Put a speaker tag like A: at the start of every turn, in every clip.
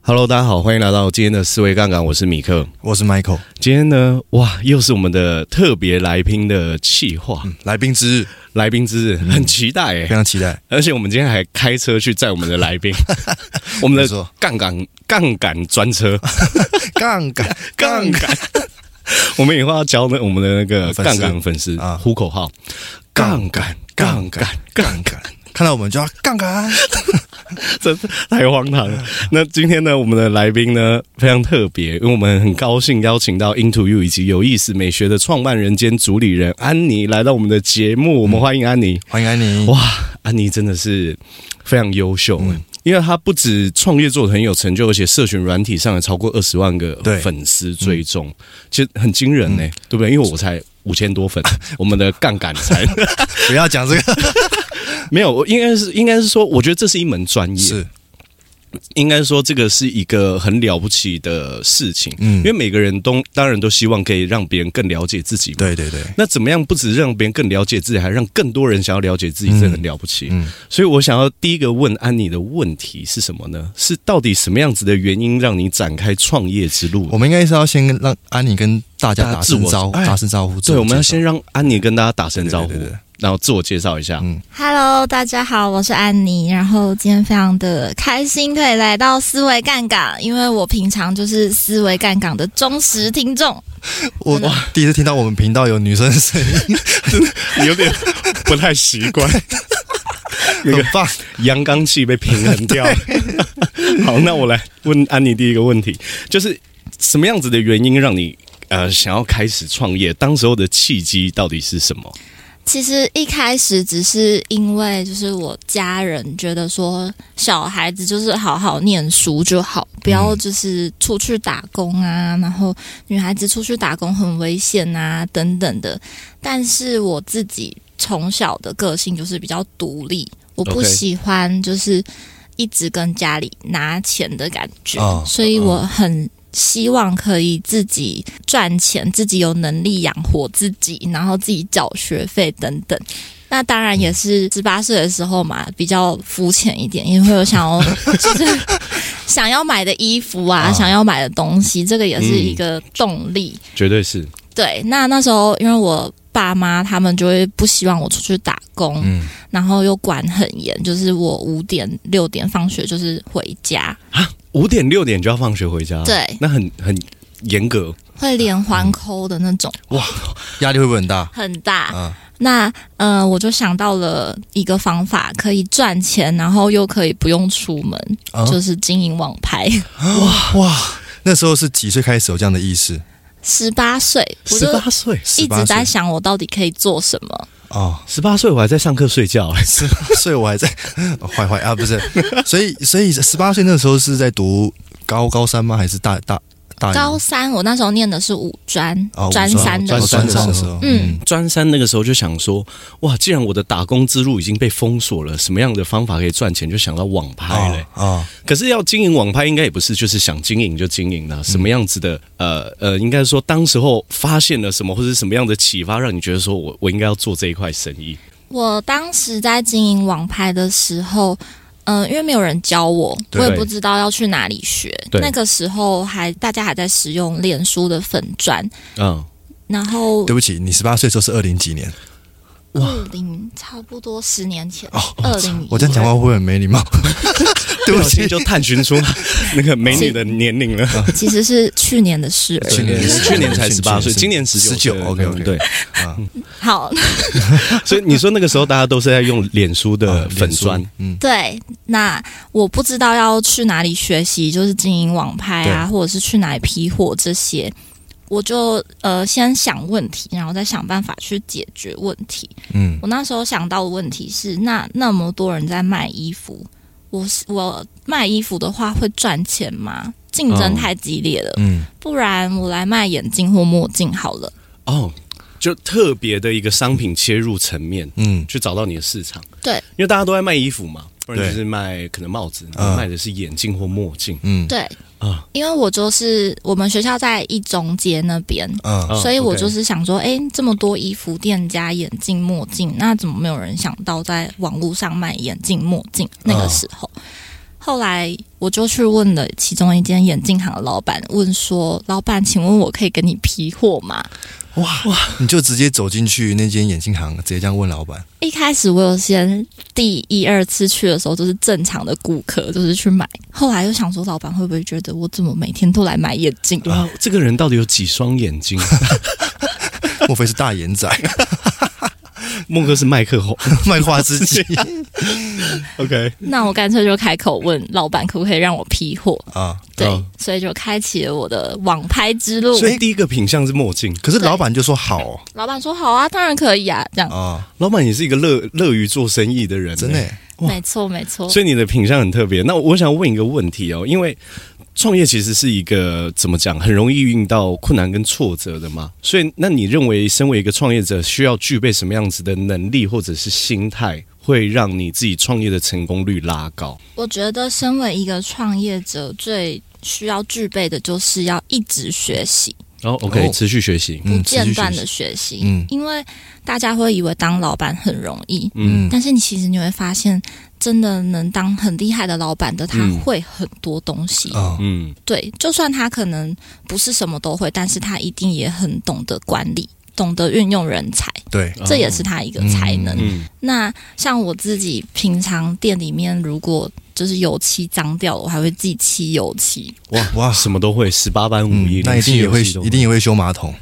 A: Hello，大家好，欢迎来到今天的思维杠杆，我是米克。
B: 我是 Michael，、
A: 今天呢，哇，又是我们的特别来宾的企划，
B: 嗯、来宾之日，
A: 来宾之日，很期待
B: 非
A: 诶。
B: 常期待。
A: 而且我们今天还开车去载我们的来宾，我们
B: 没
A: 的
B: 错
A: 杠杆杠杆专车，
B: 杠杆，
A: 杠
B: 杠
A: 杆。 我们以后要教那我们的那个
B: 粉丝
A: 杠杆粉丝
B: 啊
A: 呼口号，杠杆杠杆杠杆，
B: 看到我们就要杠杆。啊
A: 真是 太荒唐
B: 嗯
A: 了。那今天呢，我们的来宾呢非常特别，因为我们很高兴邀请到 Into You 以及有意思美学的创办人兼主理人安妮来到我们的节目，我们欢迎安妮。
B: 欢迎安妮，
A: 哇，安妮真的是非常优秀、
B: 嗯
A: 因为她不止创业做的很有成就，而且社群软体上有超过二十万个
B: 对嗯
A: 粉丝追踪，其实很惊人呢、对不对？因为我才五千多粉，我们的杠杆 才
B: 不要讲这个，
A: 没有，我应该是应该是说，我觉得这是一门专业，
B: 是
A: 应该说这个是一个很了不起的事情，
B: 嗯
A: 因为每个人都当然都希望可以让别人更了解自己嘛。
B: 对对对，
A: 那怎么样不止让别人更了解自己，还让更多人想要了解自己，这很了不起。
B: 嗯
A: 所以我想要第一个问安妮的问题是什么呢？是到底什么样子的原因让你展开创业之路
B: 我？们应该是要先跟让安妮跟大家
A: 大家
B: 打
A: 自我
B: 声招，
A: 哎
B: 打声招呼。自
A: 对，我们要
B: 介绍
A: 先让安妮跟大家打声
B: 对对
A: 招呼，
B: 对对对
A: 然后自我介绍一下。
B: 嗯
C: Hello，大家好，我是安妮。然后今天非常的开心，可以来到思维杠杆，因为我平常就是思维杠杆的忠实听众。
B: 我第一次听到我们频道有女生的声 音，
A: 有点不太习惯，那个
B: 很棒。
A: 阳刚气被平衡掉。好，那我来问安妮第一个问题，就是什么样子的原因让你呃想要开始创业？当时候的契机到底是什么？
C: 其实一开始只是因为就是我家人觉得说小孩子就是好好念书就好，不要就是出去打工啊，然后女孩子出去打工很危险啊等等的。但是我自己从小的个性就是比较独立，我不
A: OK
C: 喜欢就是一直跟家里拿钱的感觉，
B: 哦
C: 所以我很希望可以自己赚钱，自己有能力养活自己，然后自己缴学费等等。那当然也是十八岁的时候嘛，比较肤浅一点，因为我想要就是想要买的衣服啊，
B: 啊
C: 想要买的东西，这个也是一个动力。
A: 绝对是
C: 对，那那时候因为我爸妈他们就会不希望我出去打工，
B: 嗯，
C: 然后又管很严，就是我五点六点放学就是回家，
A: 五点六点就要放学回家，
C: 对
A: 那很很严格。
C: 会连环扣的那种，
B: 压力会不会很大？
C: 很大。
B: 啊，
C: 那呃，我就想到了一个方法，可以赚钱，然后又可以不用出门，
B: 啊
C: 就是经营网拍。
B: 哇，那时候是几岁开始有这样的意识？
C: 十八岁，我
A: 十
C: 就
A: 八岁，
C: 一直
B: 18
C: 在
B: 岁
C: 想我到底可以做什么。
B: 哦，
A: 十八岁我还在上课睡觉、欸
B: 十八岁哦我还在 坏坏啊，不是，所以所以十八岁那时候是在读高高三吗？还是大大大一
C: 高三我那时候念的是五专
B: 哎哦，
C: 专
B: 五专
C: 三的
A: 专
B: 哦
C: 时
A: 三
B: 专
A: 的
B: 三
C: 候
B: 的
A: 时
B: 时
A: 候
B: 候？
C: 嗯，
A: 专三那个时候就想说，哇，既然我的打工之路已经被封锁了，什么样的方法可以赚钱？就想到网拍嘞、
B: 哦哦，
A: 可是要经营网拍，应该也不是就是想经营就经营啦、什么样子的？呃呃，应该说当时候发现了什么，或者是什么样的启发，让你觉得说我我应该要做这一块生意？
C: 我当时在经营网拍的时候，嗯、因为没有人教我，
B: 对
C: 我也不知道要去哪里学。
A: 对
C: 那个时候还大家还在使用脸书的粉砖，
A: 嗯，
C: 然后
B: 对不起，你十八岁的时候是二零几年
C: 二零差不多十年前，
B: 哦，
C: 二零
B: 我这样讲话会不会很没礼貌？ 对不
A: 小
B: 起
A: 心，就探寻出那个美女的年龄了。
C: 其实是去年 的事而已。
B: 去年
A: 对 去年才
B: 去年
A: 十八岁，
B: 是
A: 今年十
B: 19 OK，OK
A: 对，
C: 好，
A: 所以你说那个时候大家都是在用脸书的
B: 啊
A: 粉砖，，
B: 脸书
C: 对，那我不知道要去哪里学习，就是经营网拍啊，或者是去哪里批货这些，我就呃先想问题，然后再想办法去解决问题。
B: 嗯
C: 我那时候想到的问题是，那那么多人在卖衣服，我是我卖衣服的话会赚钱吗？竞争
A: 哦
C: 太激烈了，
B: 嗯
C: 不然我来卖眼镜或墨镜好了。
A: 哦，就特别的一个商品切入层面。
B: 嗯
A: 去找到你的市场，
C: 对
A: 因为大家都在卖衣服嘛，不然
B: 对
A: 就是卖可能帽子，
B: 嗯
A: 卖的是眼镜或墨镜
B: 嗯嗯
C: 对，
A: 啊，
C: 因为我就是我们学校在一中街那边，
B: 嗯
A: 哦
C: 所以我
A: OK
C: 就是想说，哎、这么多衣服店家眼镜、墨镜，那怎么没有人想到在网络上卖眼镜、墨镜？那个时候，后来我就去问了其中一间眼镜行的老板，问说：“老板，请问我可以跟你批货吗
B: 哇哇！你就直接走进去那间眼镜行，直接这样问老板。？”
C: 一开始我有先第一二次去的时候就是正常的顾客，就是去买。后来就想说，老板会不会觉得我怎么每天都来买眼镜？
A: 对啊，这个人到底有几双眼 睛？
B: 莫非是大眼仔
A: 孟哥是麦克风
B: 卖花枝姬
A: ，OK，
C: 那我干脆就开口问老板，可不可以让我批货？
B: 啊？
C: 对，
A: 哦
C: 所以就开启了我的网拍之路。
A: 所以第一个品相是墨镜，
B: 可是老板就说好
C: 老板说好啊，当然可以啊，这样、
B: 啊，
A: 老板也是一个乐乐于做生意的人、
B: 真的
A: 欸。
B: 欸
A: 哇
C: 没错没错。
A: 所以你的品相很特别。那我想问一个问题哦，因为创业其实是一个怎么讲，很容易遇到困难跟挫折的嘛。所以，那你认为身为一个创业者，需要具备什么样子的能力或者是心态，会让你自己创业的成功率拉高？
C: 我觉得身为一个创业者，最需要具备的就是要一直学习，
A: 然后
B: 哦 OK，
A: 哦持续学习。
C: 不
B: 嗯，持续
C: 间断
B: 学
C: 的
B: 习
C: 学习。
B: 嗯
C: 因为大家会以为当老板很容易，
A: 嗯
B: 嗯
C: 但是你其实你会发现，真的能当很厉害的老板的，他
A: 嗯
C: 会很多东西。
B: 啊，
A: 嗯，
C: 对，就算他可能不是什么都会，但是他一定也很懂得管理，懂得运用人才，
B: 对，
C: 这也是他一个才能。
A: 嗯
C: 那像我自己平常店里面，如果就是油漆脏掉了，我还会自己漆油漆。
B: 哇哇，
A: 什么都会，十八般武艺
B: 啊嗯，，那一定也会
A: 连漆游戏都会
B: 一定也会修马桶，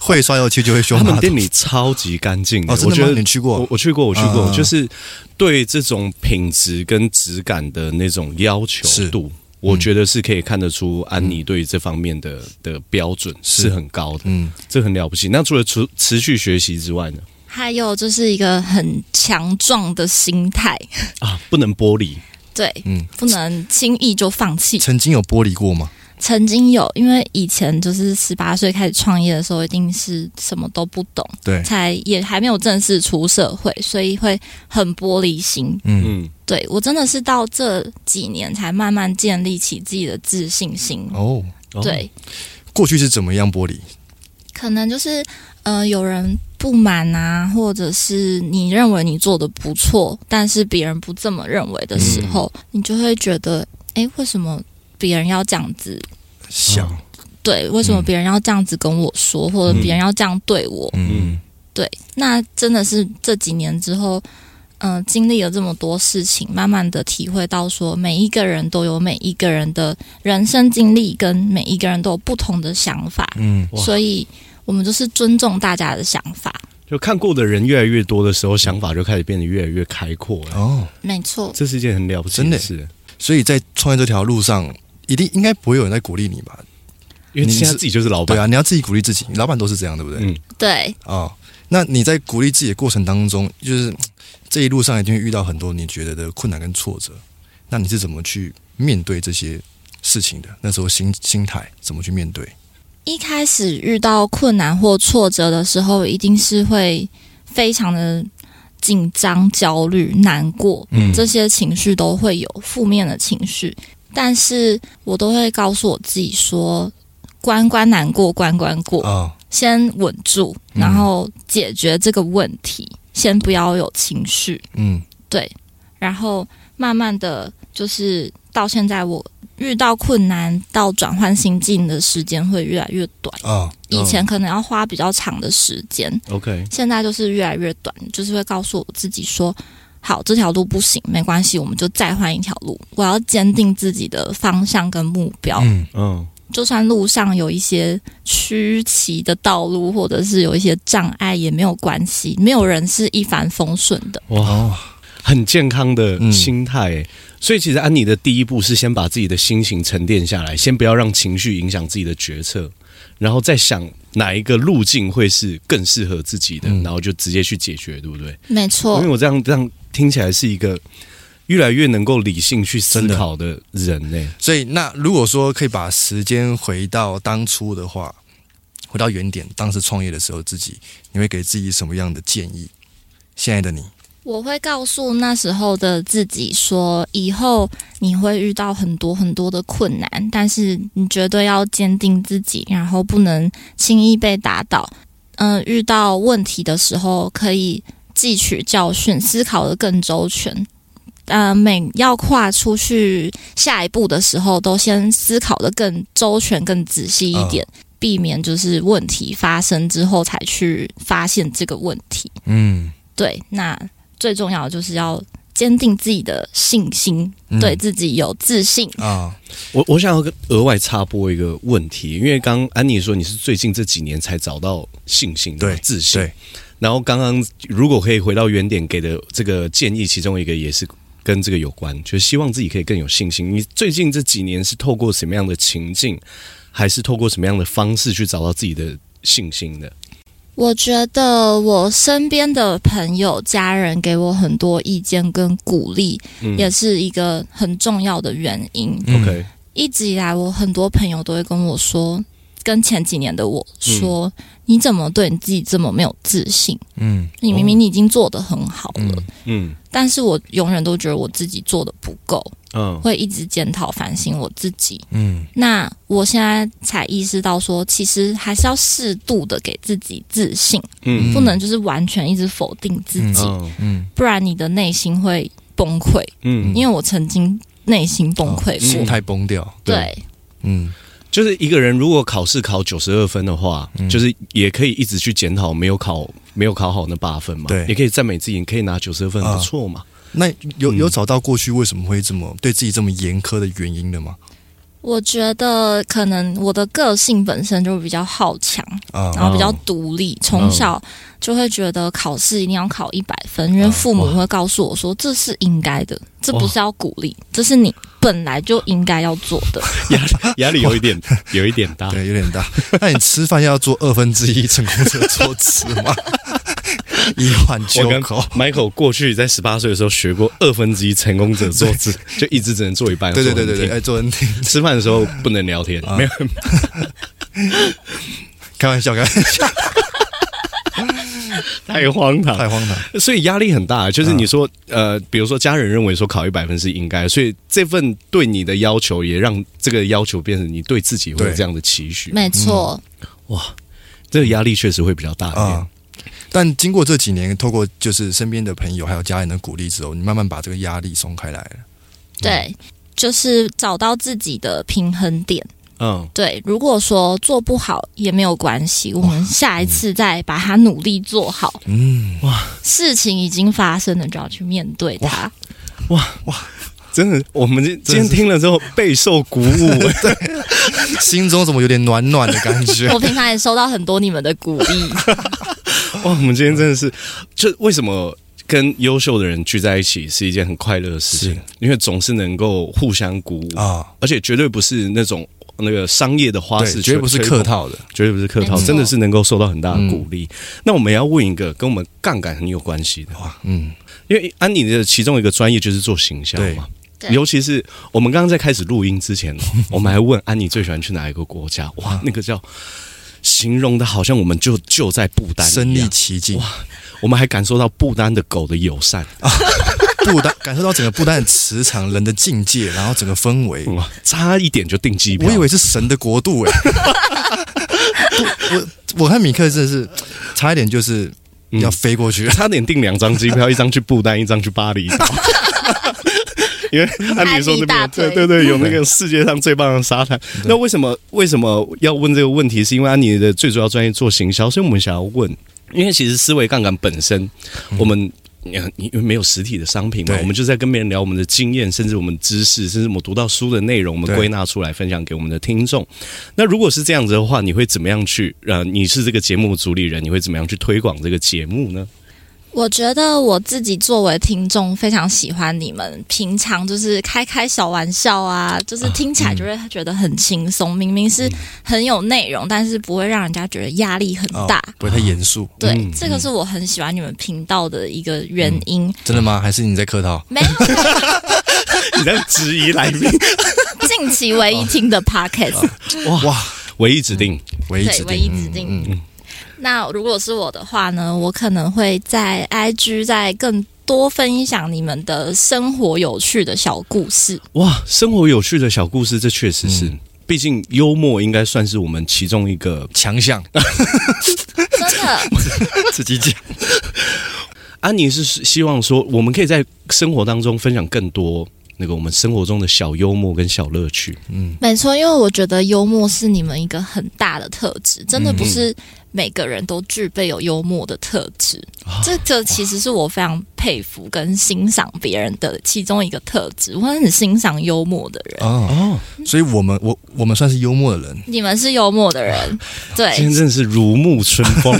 B: 会刷油漆就会修
A: 他
B: 马
A: 们
B: 桶
A: 店里超级干净的
B: 哦，真
A: 我
B: 的
A: 觉
B: 吗？
A: 得
B: 你去
A: 我
B: 过？
A: 我去过，我去过，
B: 嗯
A: 就是对这种品质跟质感的那种要求
B: 是
A: 度，我觉得是可以看得出安妮对这方面的的标准
B: 是
A: 是很高的，
B: 嗯，
A: 这很了不起。那除了持持续学习之外呢？
C: 还有就是一个很强壮的心态，
A: 啊，不能玻璃，
C: 对，
B: 嗯
C: 不能轻易就放弃。
B: 曾经有玻璃过吗？
C: 曾经有，因为以前就是十八岁开始创业的时候，一定是什么都不懂，
B: 对，
C: 才也还没有正式出社会，所以会很玻璃心。
B: 嗯，
A: 嗯，
C: 对我真的是到这几年才慢慢建立起自己的自信心。
B: 哦，
A: 哦
C: 对，，
B: 过去是怎么样玻璃？
C: 可能就是呃，有人不满啊，或者是你认为你做的不错，但是别人不这么认为的时候，
B: 嗯
C: 你就会觉得，诶，为什么别人要这样子？
B: 想，
C: 对，为什么
B: 嗯
C: 别人要这样子跟我说，或者别人要这样对我？
B: 嗯，
C: 对，那真的是这几年之后，嗯、经历了这么多事情，慢慢的体会到说，每一个人都有每一个人的人生经历，跟每一个人都有不同的想法，
B: 嗯，
A: 哇
C: 所以我们就是尊重大家的想法。
A: 就看过的人越来越多的时候，想法就开始变得越来越开阔了。
B: 哦，
C: 没错，
A: 这是一件很了不起
B: 真的
A: 事，
B: 所以在创业这条路上，一定应该不会有人在鼓励你吧？
A: 因为
B: 你
A: 现在
B: 是
A: 自己就是老板
B: 对，啊，你要自己鼓励自己，老板都是这样，对不对？
A: 嗯
C: 对，
B: 哦，那你在鼓励自己的过程当中，就是嗯这一路上一定会遇到很多你觉得的困难跟挫折，那你是怎么去面对这些事情的？那时候心心态怎么去面对？
C: 一开始遇到困难或挫折的时候，一定是会非常的紧张、焦虑、难过，
B: 嗯
C: 这些情绪都会有负面的情绪。但是我都会告诉我自己说，关关难过关关过，
B: 哦，
C: 先稳住，
B: 嗯
C: 然后解决这个问题，先不要有情绪。
B: 嗯，
C: 对，然后慢慢的就是到现在，我遇到困难到转换心境的时间会越来越短，
B: 哦，
A: 嗯
C: 以前可能要花比较长的时间，
A: ，OK，
C: 现在就是越来越短，就是会告诉我自己说。好，这条路不行，没关系，我们就再换一条路。我要坚定自己的方向跟目标，
B: 嗯，
A: 嗯，
C: 就算路上有一些曲奇的道路，或者是有一些障碍，也没有关系。没有人是一帆风顺的。
A: 哇，
B: 哦，
A: 很健康的
B: 嗯
A: 心态欸、所以其实安妮的第一步是先把自己的心情沉淀下来，先不要让情绪影响自己的决策，然后再想哪一个路径会是更适合自己的，
B: 嗯
A: 然后就直接去解决，对不对？
C: 没错
A: 因为，我这样这样听起来是一个越来越能够理性去思
B: 真的
A: 考的人呢、
B: 所以那如果说可以把时间回到当初的话，回到原点，当时创业的时候自己，你会给自己什么样的建议？现在的你，
C: 我会告诉那时候的自己说，以后你会遇到很多很多的困难，但是你绝对要坚定自己，然后不能轻易被打倒。嗯、遇到问题的时候可以汲取教训，思考的更周全，呃每要跨出去下一步的时候，都先思考的更周全、更仔细一点，
B: 嗯
C: 避免就是问题发生之后才去发现这个问题。
B: 嗯，
C: 对，那最重要的就是要坚定自己的信心，
B: 嗯
C: 对自己有自信。
A: 嗯
B: 啊，
A: 我我想要跟额外插播一个问题，因为刚安妮说你是最近这几年才找到信心、
B: 对
A: 自信，
B: 对，
A: 然后刚刚如果可以回到原点给的这个建议，其中一个也是跟这个有关，就是希望自己可以更有信心。你最近这几年是透过什么样的情境，还是透过什么样的方式去找到自己的信心的？
C: 我觉得我身边的朋友、家人给我很多意见跟鼓励，
A: 嗯
C: 也是一个很重要的原因。
B: 嗯
A: OK，
C: 一直以来，我很多朋友都会跟我说，跟前几年的我说：“你怎么对你自己这么没有自信？
B: 嗯
C: 你明明你已经做得很好了，
B: 嗯
A: 嗯
C: 但是我永远都觉得我自己做的不够，
A: 嗯
C: 会一直检讨反省我自己。
B: 嗯
C: 那我现在才意识到说，其实还是要适度的给自己自信，
A: 嗯
C: 不能就是完全一直否定自己，
A: 嗯
B: 嗯，
C: 不然你的内心会崩溃。
A: 嗯，
C: 因为我曾经内心崩溃
B: 哦心
C: 过，
B: 态崩掉，
C: 对，
B: 嗯
A: 就是一个人如果考试考九十二分的话，就是也可以一直去检讨没有考没有考好那八分嘛，
B: 对
A: 也可以赞美自己，你可以拿九十二分，
B: 啊
A: 不错嘛。
B: 那有
A: 嗯
B: 有找到过去为什么会这么对自己这么严苛的原因的吗？
C: 我觉得可能我的个性本身就比较好强，
A: 哦
B: 啊，
C: 然后比较独立，从小就会觉得考试一定要考一百分，
A: 哦
C: 因为父母会告诉我说这是应该的，这不是要鼓励，这是你本来就应该要做 的。
A: 压力压力有一 点有一点大，
B: 对，有点大。 那你吃饭要做二分之一成功者坐姿 吗？以碗
A: 我
B: 九
A: 跟
B: 口。
A: Michael 过去在十八岁的时候学过二分之一成功者坐 姿，就一直只能坐一半。
B: 对对
A: 坐
B: 对
A: 很
B: 对对，啊
A: 挺
B: 哎，做人挺
A: 吃饭的时候不能聊天，没有
B: 开玩笑，开玩笑，
A: 太荒唐，
B: 太荒啊唐。
A: 所以压力很大。就是你说，呃，比如说家人认为说考一百分是应该，所以这份对你的要求也让这个要求变成你对自己会有
B: 对
A: 这样的期许。
C: 没错，
A: 这个压力确实会比较大一点。
B: 啊、但经过这几年，透过就是身边的朋友还有家人的鼓励之后，你慢慢把这个压力松开来了。
C: 对，就是找到自己的平衡点。
A: 嗯，
C: 对，如果说做不好也没有关系，我们下一次再把它努力做好。
B: 嗯，
C: 事情已经发生了，就要去面对它。
A: 真的，我们今今天听了之后备受鼓舞。
B: 心中怎么有点暖暖的感觉？
C: 我平常也收到很多你们的鼓 励，
A: 哇，我们今天真的是，就为什么跟优秀的人聚在一起是一件很快乐的事情
B: 是，
A: 因为总是能够互相鼓舞，
B: 啊，
A: 而且绝对不是那种那个商业的花
B: 对
A: 式，，
B: 绝对不是
A: 啊吹
B: 客，套的。
A: 绝对不是客套，
C: 没错
A: 真的是能够受到很大的鼓励。那我们要问一个跟我们杠杆很有关系的，
B: 嗯，
A: 因为安妮的其中一个专业就是做行销嘛。
C: 对对
A: 尤其是我们刚刚在开始录音之 前，哦我们还问安妮最喜欢去哪一个国家？哇，那个叫形容的好像我们就就在不丹
B: 身
A: 一啊样
B: 临其境，
A: 我们还感受到不丹的狗的友善，
B: 不丹感受到整个不丹的磁场、人的境界，然后整个氛围。
A: 哇，差一点就订机票。
B: 我以为是神的国 度哎、我我和米克真的是差一点就是
A: 嗯
B: 要飞过去了。
A: 差点订两张机 票，一张去不丹，一张去巴厘岛。因为安妮说那边
C: 安妮大
A: 对对
C: 腿
A: 对，有那个世界上最棒的沙滩。那为什么为什么要问这个问题？是因为安妮的最主要专业做行销，所以我们想要问，因为其实思维杠杆本身，我们。呃因为没有实体的商品嘛，
B: 嗯对
A: 我们就在跟别人聊我们的经验，甚至我们知识，甚至我们读到书的内容，我们
B: 对
A: 归纳出来分享给我们的听众。那如果是这样子的话，你会怎么样去？呃，你是这个节目主理人，你会怎么样去推广这个节目呢？
C: 我觉得我自己作为听众非常喜欢你们，平常就是开开小玩笑啊，就是听起来
B: 嗯
C: 就会觉得很轻松，明明是很有内容，但是不会让人家觉得压力很大。
B: 哦，不会太严肃，
C: 对，
A: 嗯
C: 这个是我很喜欢你们频道的一个原
B: 嗯
C: 因。
B: 真的吗？还是你在客套？
C: 没有
A: 你在质疑来宾？
C: 近期唯一 听的 podcast，、
B: 哇，
A: 唯一指定，
B: 唯哦一指定，
C: 对，唯一指定。
B: 嗯，
C: 那如果是我的话呢，我可能会在 IG 再更多分享你们的生活有趣的小故事。
A: 哇，生活有趣的小故事，这确实是。毕竟幽默应该算是我们其中一个
B: 强项，
C: 真的，
B: 自己讲。
A: 安啊妮是希望说，我们可以在生活当中分享更多那个我们生活中的小幽默跟小乐趣。
B: 嗯，
C: 没错，因为我觉得幽默是你们一个很大的特质，真的不
B: 嗯
C: 是每个人都具备有幽默的特质。
B: 啊
C: 这这其实是我非常佩服跟欣赏别人的其中一个特质，我很欣赏幽默的人。
B: 哦，
A: 哦，
B: 所以我们我我们算是幽默的人，
C: 你们是幽默的
B: 啊
C: 人，
A: 今
C: 对
A: 天，真的是如沐春 风。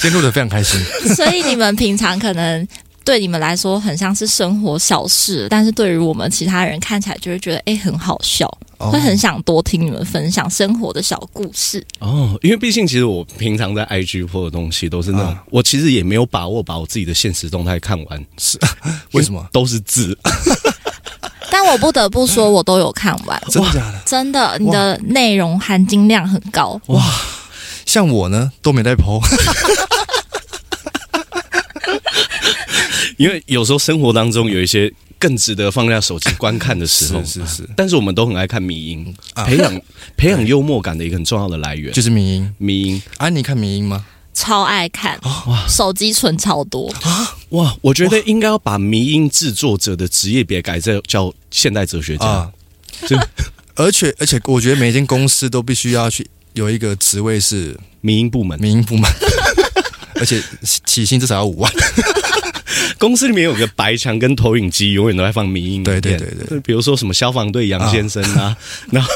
B: 今天录的非常开心。
C: 所以你们平常可能。对你们来说很像是生活小事，但是对于我们其他人看起来就会觉得哎很好笑，
B: 哦
C: 会很想多听你们分享生活的小故事。
A: 哦，因为毕竟其实我平常在 IG 或的东西都是那种，
B: 啊
A: 我其实也没有把握把我自己的现实动态看完，
B: 为什么？
A: 都是字。
C: 但我不得 不说，我都有看完，
B: 真的假的？
C: 真的，你的内容含金量很高。
B: 像我呢，都没在 PO。
A: 因为有时候生活当中有一些更值得放下手机观看的时候，
B: 是是，
A: 但是我们都很爱看迷音，
B: 啊
A: 培养 培养幽默感的一个很重要的来源。
B: 就是民音。
A: 迷音
B: 安妮啊看民音吗？
C: 超爱看，手机存超多，
A: 哇，我觉得应该要把迷音制作者的职业别改这叫现代哲学家。
B: 啊，
A: 就
B: 而且而且，我觉得每间公司都必须要去有一个职位是
A: 民营部门，
B: 民营部 门，而且起起薪至少要五万。
A: 公司里面有个白墙跟投影机，永远都在放民音影
B: 对
A: 片。
B: 对对对，
A: 比如说什么消防队杨先生啊，然 后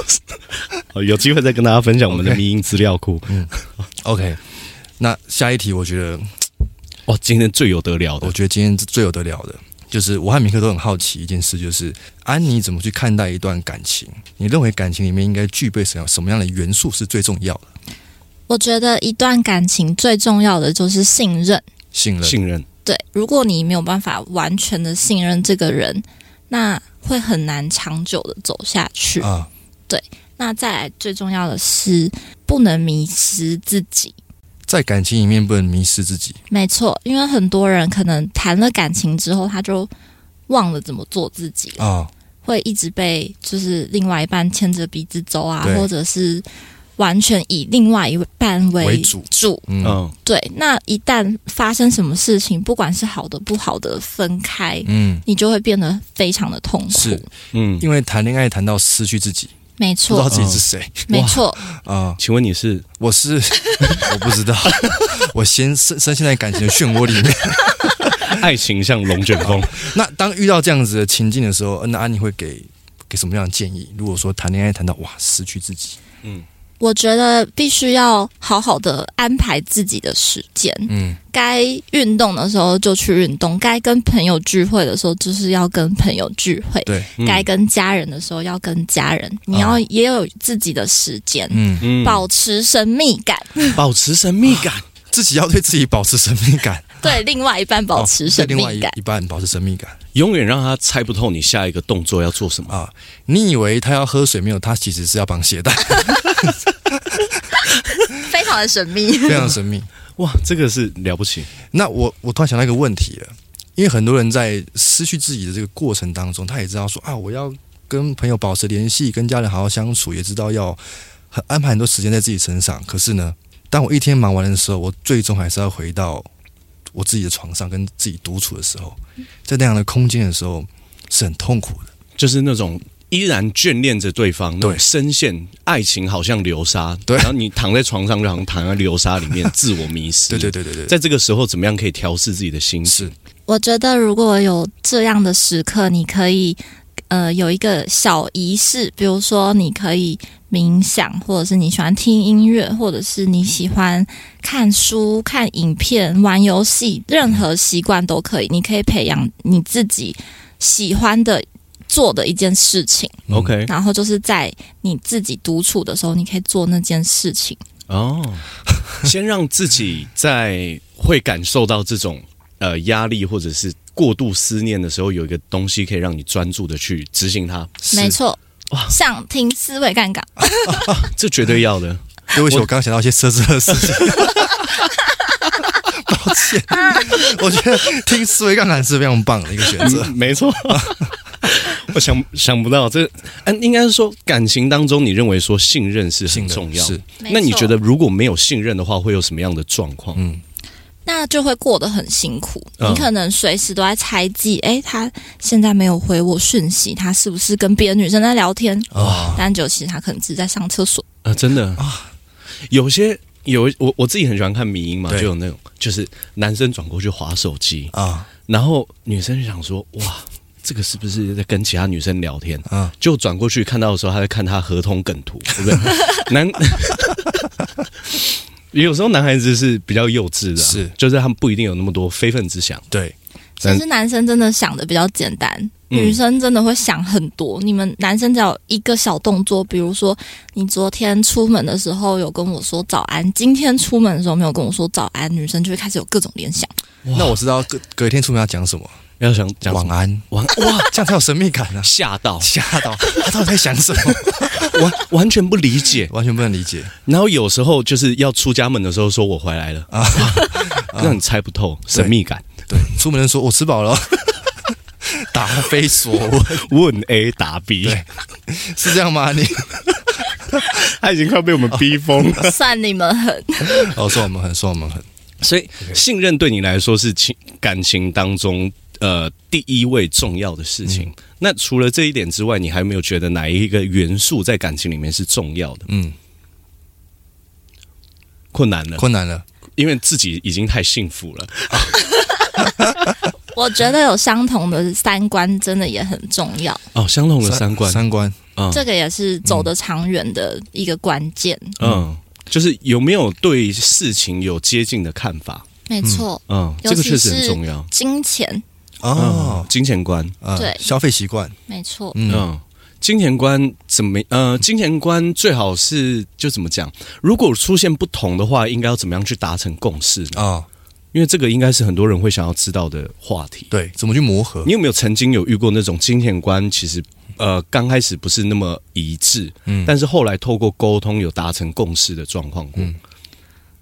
A: 好有机会再跟大家分享我们的
B: OK
A: 民音资料库。
B: OK，那下一题，我觉得
A: 哇，哦今天最有得了的
B: 我，觉得今天最有得聊的，就是我和米克都很好奇一件事，就是安妮怎么去看待一段感情？你认为感情里面应该具备什么什么样的元素是最重要的？
C: 我觉得一段感情最重要的就是信任。
B: 信任。
A: 信任
C: 对，如果你没有办法完全的信任这个人，那会很难长久的走下去。
B: 啊，
C: 那再来最重要的是，不能迷失自己。
B: 在感情里面不能迷失自己。
C: 没错，因为很多人可能谈了感情之后，他就忘了怎么做自己了
B: 啊，
C: 会一直被就是另外一半牵着鼻子走啊
B: 对，
C: 或者是完全以另外一半为
B: 为主嗯，
A: 嗯，
C: 对，那一旦发生什么事情，不管是好的不好的，分开，
B: 嗯，
C: 你就会变得非常的痛苦。
B: 是
A: 嗯，
B: 因为谈恋爱谈到失去自己，
C: 没
B: 不知道
C: 错，
B: 自己是谁
C: 没错，嗯
B: 啊、
A: 请问你是
B: 我是 我不知道， 我先深深陷在感情的漩涡里面。
A: 爱情像龙卷风？
B: 那当遇到这样子的情境的时候，呃那安妮会给给什么样的建议？如果说谈恋爱谈到哇失去自己，
C: 我觉得必须要好好的安排自己的时间。
B: 嗯，
C: 该运动的时候就去运动，该跟朋友聚会的时候就是要跟朋友聚会，
B: 对，
A: 嗯
C: 该跟家人的时候要跟家人，你要也有自己的时间，
B: 啊嗯，啊
A: 嗯
C: 保持神秘感，
A: 保持神秘感，
B: 自己要对自己保持神秘感，
C: 对另外一半 保持
B: 哦对
C: 神
B: 另外
C: 秘
B: 一
C: 感。
B: 一半保持神秘感
A: 永远让他猜不透你下一个动作要做什么。
B: 啊。你以为他要喝水没有？他其实是要绑鞋带，
C: 非常的神 秘。
B: 非常神 秘。
A: 哇，这个是了不起。
B: 那我我突然想到一个问题了，因为很多人在失去自己的这个过程当中，他也知道说啊，我要跟朋友保持联系，跟家人好好相处，也知道要很安排很多时间在自己身上。可是呢，当我一天忙完的时候，我最终还是要回到我自己的床上，跟自己独处的时候，在那样的空间的时候是很痛苦的。
A: 就是那种依然眷恋着对方，那种
B: 对
A: 深陷爱情，好像流沙，
B: 对
A: 然后你躺在床上，就好像躺在流沙里 面，自我迷失。
B: 对对对对对，
A: 在这个时候，怎么样可以调试自己的心情？
B: 是
C: 我觉得如果有这样的时刻，你可以呃有一个小仪式，比如说你可以冥想，或者是你喜欢听音乐，或者是你喜欢看书、看影片、玩游戏，任何习惯都可以。你可以培养你自己喜欢的。做的一件事情，
B: 嗯
A: OK，
C: 然后就是在你自己独处的时候，你可以做那件事情。
A: 哦， 先让自己在会感受到这种呃压力或者是过度思念的时候，有一个东西可以让你专注的去执行它，
B: 是
C: 没。错，想听思维杠杆。
A: 这绝对要的。
B: 对不起，我刚刚想到一些奢侈的事情。抱歉，我觉得听思维杠杆是非常棒的一个选择。
A: 嗯没错。 我想想不到这，嗯，应该是说感情当中，你认为说信任是
B: 信
A: 很
B: 任
A: 重要。
B: 是
A: 那你
C: 没错
A: 觉得如果没有信任的话，会有什么样的状况？
B: 嗯
C: 那就会过得很辛苦。
A: 嗯
C: 你可能随时都在猜忌，诶，他现在没有回我讯息，他是不是跟别的女生在聊天？
B: 啊
C: 但就其实他可能只是在上厕所。
A: 啊，真的啊，有些有我我自己很喜欢看迷音嘛，
B: 对
A: 就有那种就是男生转过去划手机，
B: 啊
A: 然后女生就想说哇，这个是不是在跟其他女生聊天？
B: 啊！
A: 就转过去看到的时候，他在看他合同梗图，对不对？ 男有时候男孩子是比较幼稚的啊、
B: 是
A: 就是他们不一定有那么多非分之想。
B: 对，
C: 其实男生真的想的比较简单，
A: 嗯
C: 女生真的会想很多。你们男生只要有一个小动作，比如说你昨天出门的时候有跟我说早安，今天出门的时候没有跟我说早安，女生就会开始有各种联想。
B: 那我知道隔隔一天出门要讲什么，
A: 要想讲什
B: 晚
A: 么
B: 安，
A: 完
B: 哇，这样才有神秘感啊！
A: 吓到，
B: 吓到他到底在想什么？
A: 完完全不理 解。
B: 完全不能理解
A: 然后有时候就是要出家门的时候说我回来了，
B: 啊！
A: 让你猜不透神秘感。
B: 对，出门人说我吃饱了，答非所问，
A: 问 A 答 B，
B: 对是这样吗？你
A: 他已经快被我们逼疯了。
C: 算你们狠，
B: 哦，说我们很，说我们很，
A: 所以信任对你来说是情感情当中呃第一位重要的事情。那除了这一点之外，你还有没有觉得哪一个元素在感情里面是重要的？
B: 嗯，
A: 困难了，
B: 困难了，
A: 因为自己已经太幸福了。
C: 我觉得有相同的三观真的也很重要，
A: 哦，相同的三观，
B: 三观，
A: 嗯
C: 这个也是走得长远的一个关键。
A: 嗯，就是有没有对事情有接近的看法？
C: 没错，
A: 嗯，
C: 尤
A: 这个
C: 其
A: 确实很
C: 是
A: 重要。
C: 金钱，
A: 哦
B: 哦，，
A: 金钱观，
B: 啊
C: 对
B: 消费习惯，
C: 没错，
B: 嗯，
A: 嗯，金钱观怎么？呃，金钱观最好是就怎么讲？如果出现不同的话，应该要怎么样去达成共识呢？
B: 哦，
A: 因为这个应该是很多人会想要知道的话题。
B: 对，怎么去磨合？
A: 你有没有曾经有遇过那种金钱观其实呃刚开始不是那么一致，
B: 嗯
A: 但是后来透过沟通有达成共识的状况过？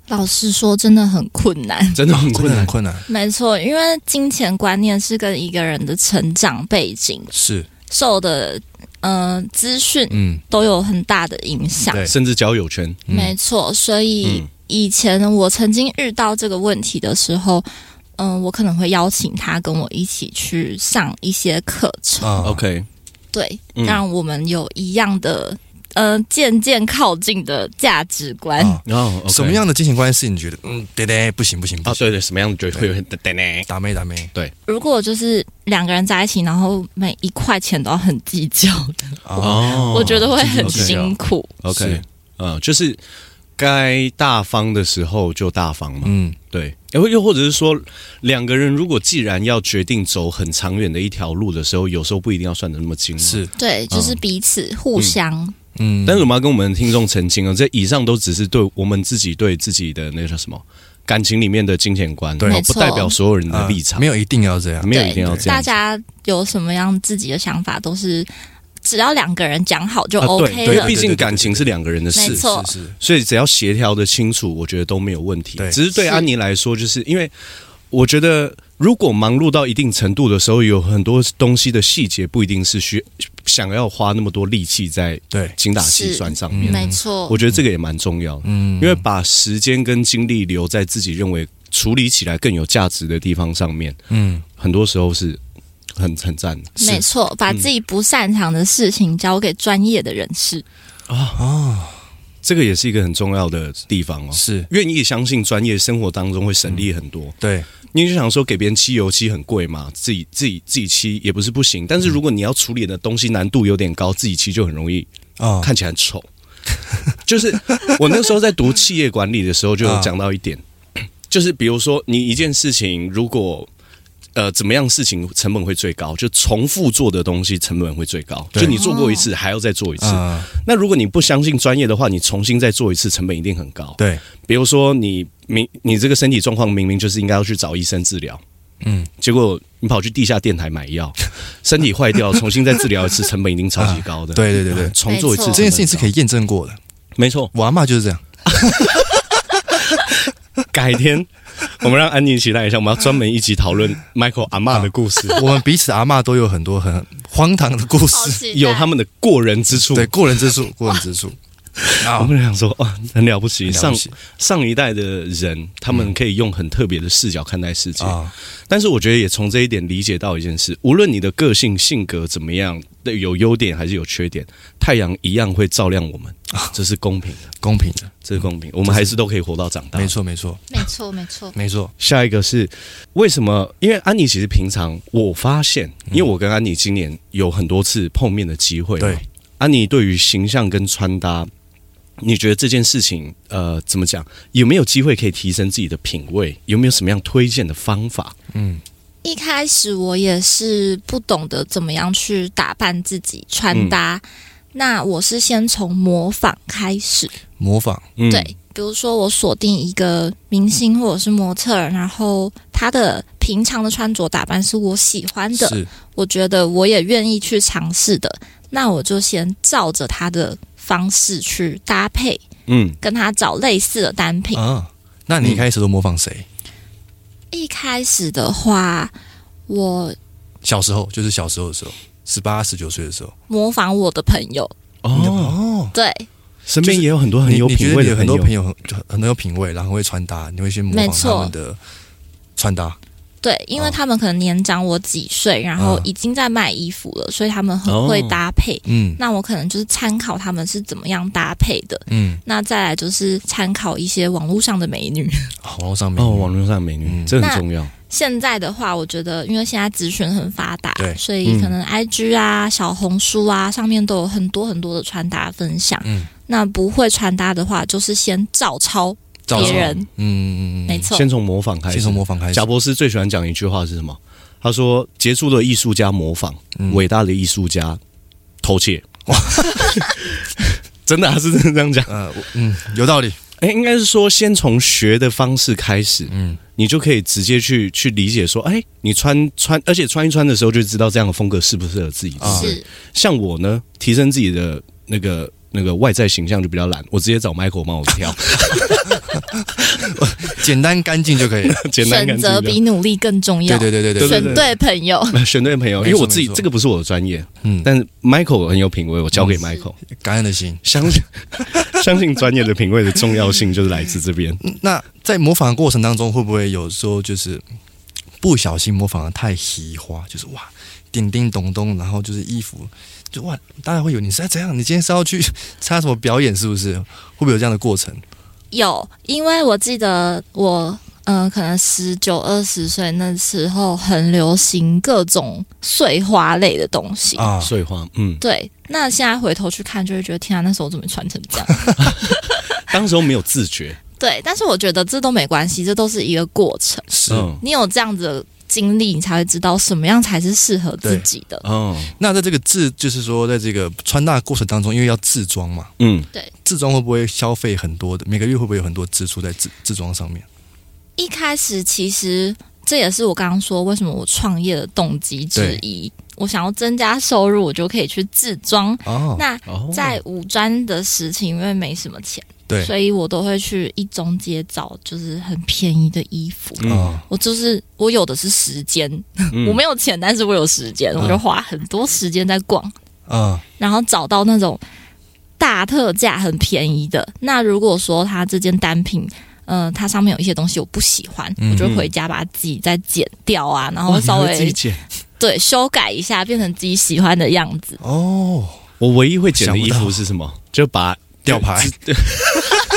C: 老实说真的很困难。
A: 真的很
B: 真
A: 困
B: 的很
A: 难。
B: 困难，
C: 没错，因为金钱观念是跟一个人的成长背景、
B: 是，
C: 受的呃资讯
B: 嗯，
C: 都有很大的影响。
B: 对
A: 甚至交友圈，
B: 嗯
C: 没错，所以
A: 嗯
C: 以前我曾经遇到这个问题的时候，嗯、我可能会邀请他跟我一起去上一些课程，
B: 啊
A: OK，
C: 对，
A: 嗯
C: 让我们有一样的呃渐渐靠近的价值观。
B: 啊
A: 然后
B: 什么样的金钱观是你觉得，嗯，对对，不行不行不
A: 哦啊？
B: 行，
A: 对对，什么样的就会有点等呢？
B: 打妹打妹，
C: 如果就是两个人在一起，然后每一块钱都要很计较，
B: 哦，
A: 哦
C: 我觉得会很
A: 这个
C: 辛苦。
A: OK，
B: 是
A: 嗯，就是该大方的时候就大方嘛。
B: 嗯，
A: 对，然后又或者是说，两个人如果既然要决定走很长远的一条路的时候，有时候不一定要算的那么清嘛。
B: 是，
C: 对，就是
A: 嗯
C: 彼此互相，
B: 嗯，
A: 但是我们要跟我们的听众澄清哦，这以上都只是对我们自己对自己的那个叫什么感情里面的金钱观，
B: 对
A: 哦
C: 没
A: 不
C: 错
A: 代表所有人的立
B: 啊
A: 场，
B: 没有一定要这样，
A: 没有
C: 对
A: 一定要这
C: 大
A: 样。
C: 家有什么样自己的想法，都是只要两个人讲好就
A: 啊，对
C: OK
A: 对，
C: 了。
A: 毕竟感情是两个人的
C: 没
A: 事，
C: 错
B: 是是，
A: 所以只要协调的清楚，我觉得都没有问题。
B: 对
A: 只是对
C: 是
A: 安妮来说，就是因为我觉得，如果忙碌到一定程度的时候，有很多东西的细节不一定是需想要花那么多力气在
B: 对，
A: 精打细算上面。
B: 是嗯
C: 没错
A: 我，觉得这个也蛮重要的，
B: 嗯，
A: 因为把时间跟精力留在自己认为处理起来更有价值的地方上面，
B: 嗯，
A: 很多时候是很很赞的。
C: 没错，把自己不擅长的事情交给专业的人士。
A: 这个也是一个很重要的地方哦。
B: 是，
A: 愿意相信专业，生活当中会省力很多。
B: 对，
A: 你就想说给别人漆油漆很贵嘛，自己自己自己漆也不是不行，但
B: 嗯
A: 是如果你要处理的东西难度有点高，自己漆就很容易
B: 啊，
A: 看起来很丑。 就是我那时候在读企业管理的时候，就有讲到一点，
B: 嗯
A: 就是比如说你一件事情如果。呃，怎么样事情成本会最高？就重复做的东西成本会最高。
B: 对
A: 就你做过一次，还要再做一次。
B: 啊，
A: 那如果你不相信专业的话，你重新再做一次，成本一定很高。
B: 对，
A: 比如说你明你这个身体状况明明就是应该要去找医生治疗，
B: 嗯，
A: 结果你跑去地下电台买 药，身体坏掉，重新再治疗一次，成本一定超级高的。啊
B: 对对对对，
A: 重做一次
C: 没错
B: 这件事情是可
A: 以，
B: 以验证过的，
A: 没错。
B: 我阿妈就是这 样，
A: 改 天我们让安妮期待一下，我们要专门一集讨论 Michael 阿嬷的 故事，
B: 我们彼此阿嬷都有很多很荒唐的故
C: 好
B: 事，
C: 期待
A: 有他们的过人之处。
B: 对，过人之处，过人之处，
A: 我
B: 啊，
A: 们想说，哇，很了不起，
B: 上
A: 上上一代的人，他们可以用很特别的视角看待世界。
B: 啊，
A: 但是我觉得也从这一点理解到一件事：无论你的个性、性格怎么样，对有优点还是有缺点，太阳一样会照亮我们。
B: 啊
A: 这是公平的，
B: 公平的，
A: 这是公平，我们还是都可以活到长大
B: 没。错，没错，
C: 没错，没错。
B: 没错，
A: 下一个是为什么？因为安妮其实平常我发现，因为我跟安妮今年有很多次碰面的机会，
B: 对，
A: 安妮对于形象跟穿搭，你觉得这件事情，呃，怎么讲？有没有机会可以提升自己的品味？有没有什么样推荐的方法？
B: 嗯，
C: 一开始我也是不懂得怎么样去打扮自己、
A: 嗯
C: 穿搭，那我是先从模仿开始。
B: 模仿，
A: 嗯
C: 对，比如说我锁定一个明星或者是模特儿，然后他的平常的穿着打扮是我喜欢的，
B: 是
C: 我觉得我也愿意去尝试的，那我就先照着他的方式去搭配，
A: 嗯，
C: 跟他找类似的单品。
B: 啊。那你一开始都模仿谁？
C: 嗯一开始的话，我
B: 小时候就是小时候的时候，十八、十九岁的时候。
C: 模仿我的朋友，
A: 哦，
B: 哦，
C: 对，
A: 身边也有很多很
B: 你
A: 有
B: 你觉
A: 品
B: 得
A: 味
B: 你
A: 的
B: 有很多
A: 朋
B: 朋
A: 友，
B: 友很很很有品味，然后很会穿搭，你会去模
C: 没
B: 仿
C: 错
B: 他们的穿搭。
C: 对，因为
B: 哦
C: 他们可能年长我几岁，然后
B: 嗯
C: 已经在卖衣服了，所以他们很会
A: 哦
C: 搭配。
B: 嗯
C: 那我可能就是参考他们是怎么样搭配的，
B: 嗯，
C: 那再来就是参考一些网络上的美女。
B: 网络上面
A: 哦，网络上的美女，
B: 嗯
A: 这很重要。
C: 现在的话，我觉得因为现在资讯很发达
B: 对，嗯
C: 所以可能 IG 啊、小红书啊上面都有很多很多的穿搭分享。
B: 嗯
C: 那不会穿搭的话，就是先照抄
B: 照
C: 别
B: 抄
C: 人，
B: 嗯嗯嗯
C: 没错，
A: 先从模仿开
B: 嗯，
A: 始
B: 先。从模仿开始
A: 贾。博士最喜欢讲一句话是什么？他说：“杰出的艺术家模仿，
B: 嗯
A: 伟大的艺术家偷窃。” 真的、啊，他是真的这样讲。
B: 呃，我嗯，有道 理。
A: 哎、应该是说先从学的方式开始，
B: 嗯，
A: 你就可以直接去去理解说，哎、你穿穿，而且穿一穿的时候就知道这样的风格适不适合自己。
B: 啊
C: 是
A: 像我呢，提升自己的那个那个外在形象就比较懒，我直接找 Michael 帮我挑，
B: 简单干净就可以 了。
A: 简单干
C: 选
A: 净
C: 择
A: 的
C: 比努力更重要。
B: 对对对对
A: 对
B: 对，
C: 选对朋 友，
A: 选对朋友，因
B: 没错
A: 为我自己
B: 没错
A: 这个不是我的专业，
B: 嗯，
A: 但是 Michael 很有品味，我交给 Michael，、
B: 感恩的心。
A: 相信相信专业的品味的重要性就是来自这边。
B: 那在模仿的过程当中，会不会有时候就是不小心模仿的太喜花，就是哇叮叮咚咚，然后就是衣服就哇，大家会有你是在怎样？你今天是要去参加什么表演？是不是？会不会有这样的过程？
C: 有，因为我记得我嗯、呃可能十九二十岁那时候很流行各种碎花类的东西。
B: 啊，
A: 碎花，嗯，
C: 对，那现在回头去看，就会觉得天啊，那时候我怎么穿成 这样？
A: 当时候没有自觉，
C: 对，但是我觉得这都没关系，这都是一个过程。
B: 是。
A: 嗯，
C: 你有这样子的经历，你才会知道什么样才是适合自己的。
A: 哦，
B: 那在这个自，就是说，在这个穿搭的过程当中，因为要自装嘛，
A: 嗯，
B: 自装会不会消费很多的？每个月会不会有很多支出在自自装上面？
C: 一开始其实这也是我刚刚说为什么我创业的动机之
B: 对
C: 一。我想要增加收入，我就可以去自装。
B: 哦，
C: 那
A: 哦，
C: 在五专的时期，因为没什么钱，
B: 对，
C: 所以我都会去一中街找，就是很便宜的衣服。
A: 嗯
B: 哦，
C: 我就是我有的是时间，
A: 嗯
C: 我没有钱，但是我有时间，
B: 嗯
C: 我就花很多时间在逛，
B: 啊，
C: 然后找到那种大特价很便宜的。那如果说它这件单品，呃，它上面有一些东西我不喜欢，
B: 嗯
C: 我就回家把它自己再剪掉啊，然
A: 哇
C: 后
A: 你
C: 稍
A: 还会自己
C: 微
A: 剪
C: 对修改一下，变成自己喜欢的样子。
B: 哦，
A: 我唯一会剪的衣
B: 想不
A: 服
B: 到
A: 是什么？就把
B: 吊牌，